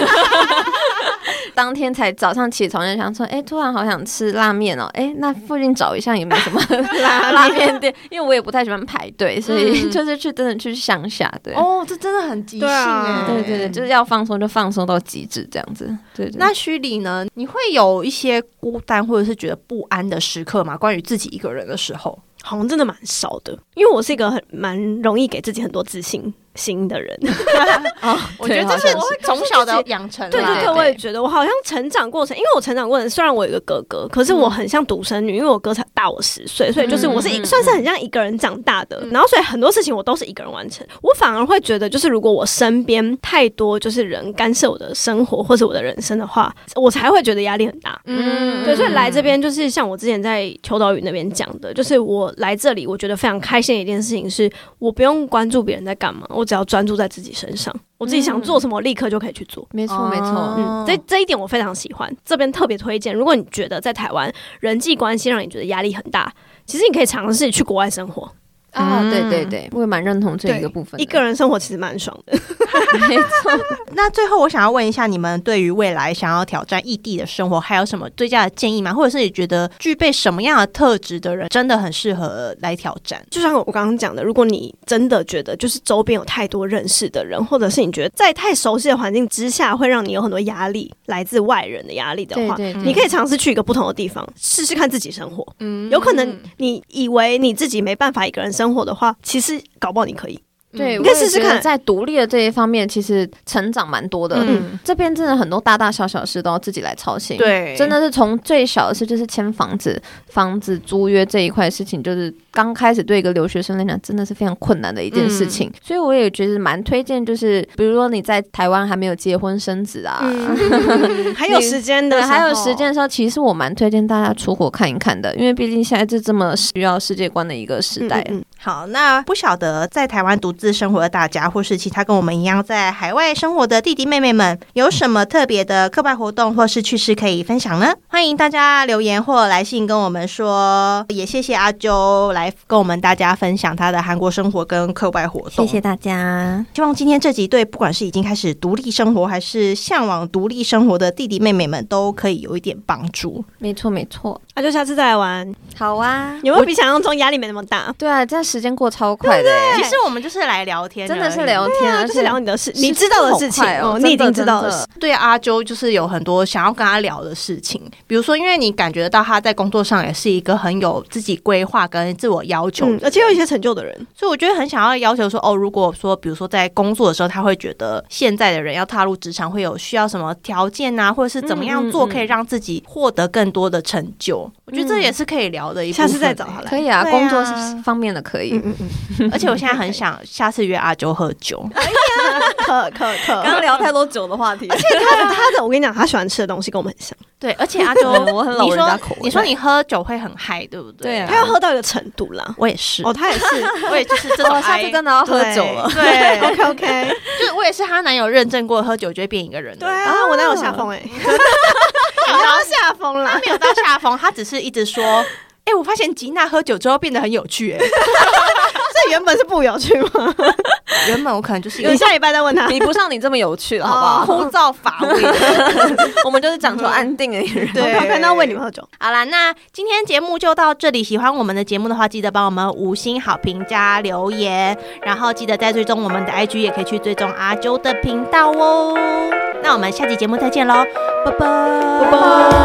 当天才早上起床就想说，哎、突然好想吃拉面哦、哎、那附近找一下有没有什么拉拉面店，因为我也不太喜欢排队，所以
嗯
就是去真的去乡下，对。
哦，这真的很即兴
对啊
哎，
对对对，就是要放松就放松到极致这样子。对对
那虚拟呢？你会有一些孤单或者是觉得不安的时刻吗？关于自己一个人的时候，
好像真的蛮少的，因为我是一个很蛮容易给自己很多自信心的人。
哦，
我觉得
对
这
好像
是我会从小的养成啦。
对对
对
对，我也觉得我好像成长过程，因为我成长过程虽然我有一个哥哥，可是我很像独生女，因为我哥才大我十岁，所以就是我是一
嗯嗯嗯嗯
算是很像一个人长大的
嗯。
然后所以很多事情我都是一个人完成。我反而会觉得，就是如果我身边太多就是人干涉我的生活或者我的人生的话，我才会觉得压力很大。
嗯
对，所以来这边就是像我之前在求岛屿那边讲的，就是我来这里，我觉得非常开心的一件事情是，我不用关注别人在干嘛，我只要专注在自己身上，我自己想
嗯
做什么，立刻就可以去做。
没错没错
哦，
嗯，这这一点我非常喜欢，这边特别推荐。如果你觉得在台湾人际关系让你觉得压力很大，其实你可以尝试去国外生活，
啊，
嗯
对对对，我也蛮认同这一
对
个部分的。
一个人生活其实蛮爽的。
没错，
那最后，我想要问一下，你们对于未来想要挑战异地的生活，还有什么最佳的建议吗？或者是你觉得具备什么样的特质的人，真的很适合来挑战？
就像我刚刚讲的，如果你真的觉得就是周边有太多认识的人，或者是你觉得在太熟悉的环境之下会让你有很多压力，来自外人的压力的
对
话。
对嗯对，
你可以尝试去一个不同的地方，试试看自己生活。
嗯
有可能你以为你自己没办法一个人生活的话，其实搞不好你可以。
嗯
你
对，我
可以
也
试试
觉得
看
在独立的这一方面，其实成长蛮多的。
嗯
这边真的很多大大小小事都要自己来操心。。
对，
真的是从最小的事就是签房子、房子租约这一块事情，就是刚开始对一个留学生来讲，真的是非常困难的一件事
嗯
情。所以我也觉得蛮推荐，就是比如说你在台湾还没有结婚生子啊，
嗯， 还有时间的
对，
时候，
还有时间的时候，其实我蛮推荐大家出国看一看的，因为毕竟现在是这么需要世界观的一个时代。
嗯嗯嗯
好，那不晓得在台湾独自生活的大家，或是其他跟我们一样在海外生活的弟弟妹妹们，有什么特别的课外活动或是趣事可以分享呢？欢迎大家留言或来信跟我们说。也谢谢阿啾来跟我们大家分享他的韩国生活跟课外活动。
大家，
希望今天这集对不管是已经开始独立生活，还是向往独立生活的弟弟妹妹们，都可以有一点帮助。
没错没错，
那啊就下次再来玩，
好啊，
有没有比想象中压力没那么大？
对啊，这样时间过超快的欸，
其实我们就是来聊天而已，
真的是聊天，而
啊就
且
是聊你的事，
时间
你知道的事情
好快哦
哦，你已经知道
真
的
的
事。
对阿啾就是有很多想要跟他聊的事情，比如说，因为你感觉到他在工作上也是一个很有自己规划跟自我要求
嗯
的人，，
而且有一些成就的人，
所以我觉得很想要要求说，哦，如果说比如说在工作的时候，他会觉得现在的人要踏入职场会有需要什么条件啊，或者是怎么样做
嗯嗯嗯嗯
可以让自己获得更多的成就，我觉得这也是可以聊的一部
下
分。
次再找他
可
来。
以啊，
对啊
工作方面的可 以。
嗯嗯，
欸而且我现在很想下次约阿啾喝 酒，
嗯可可可。
聊太多酒的话 题，
他他的，我跟你讲，他喜欢吃的东西跟我们很像，
对，而且阿啾，
我很老人家口味
你说你说你喝酒会很嗨，对不对？
对啊
他要喝到一个程度啦。
我也是，
哦，他也 是。
我也就是这种
我哦下
嗨
次真的要喝酒了。
对，OK OK。
就是我也是她男友认证过，喝酒就会变一个人的。
对啊，我哪有下风哎？ 我哪有下风啦
他？没有到下风，他只是一直说：“哎、我发现吉娜喝酒之后变得很有趣、欸。
这原本是不有 趣吗？”
原本我可能就是一
你
个
下礼拜再问他。
比不上你这么有趣了，好不
哦
好？
枯燥乏 味的人。
我们就是
嗯
讲求安定的一个人。
对
OK，那喂你们喝酒。
好啦，那今天节目就到这里。喜欢我们的节目的话，记得帮我们五星好评加留言，然后记得再追踪我们的 IG，也可以去追踪阿啾的频道哦。那我们下期节目再见喽，拜拜，
拜拜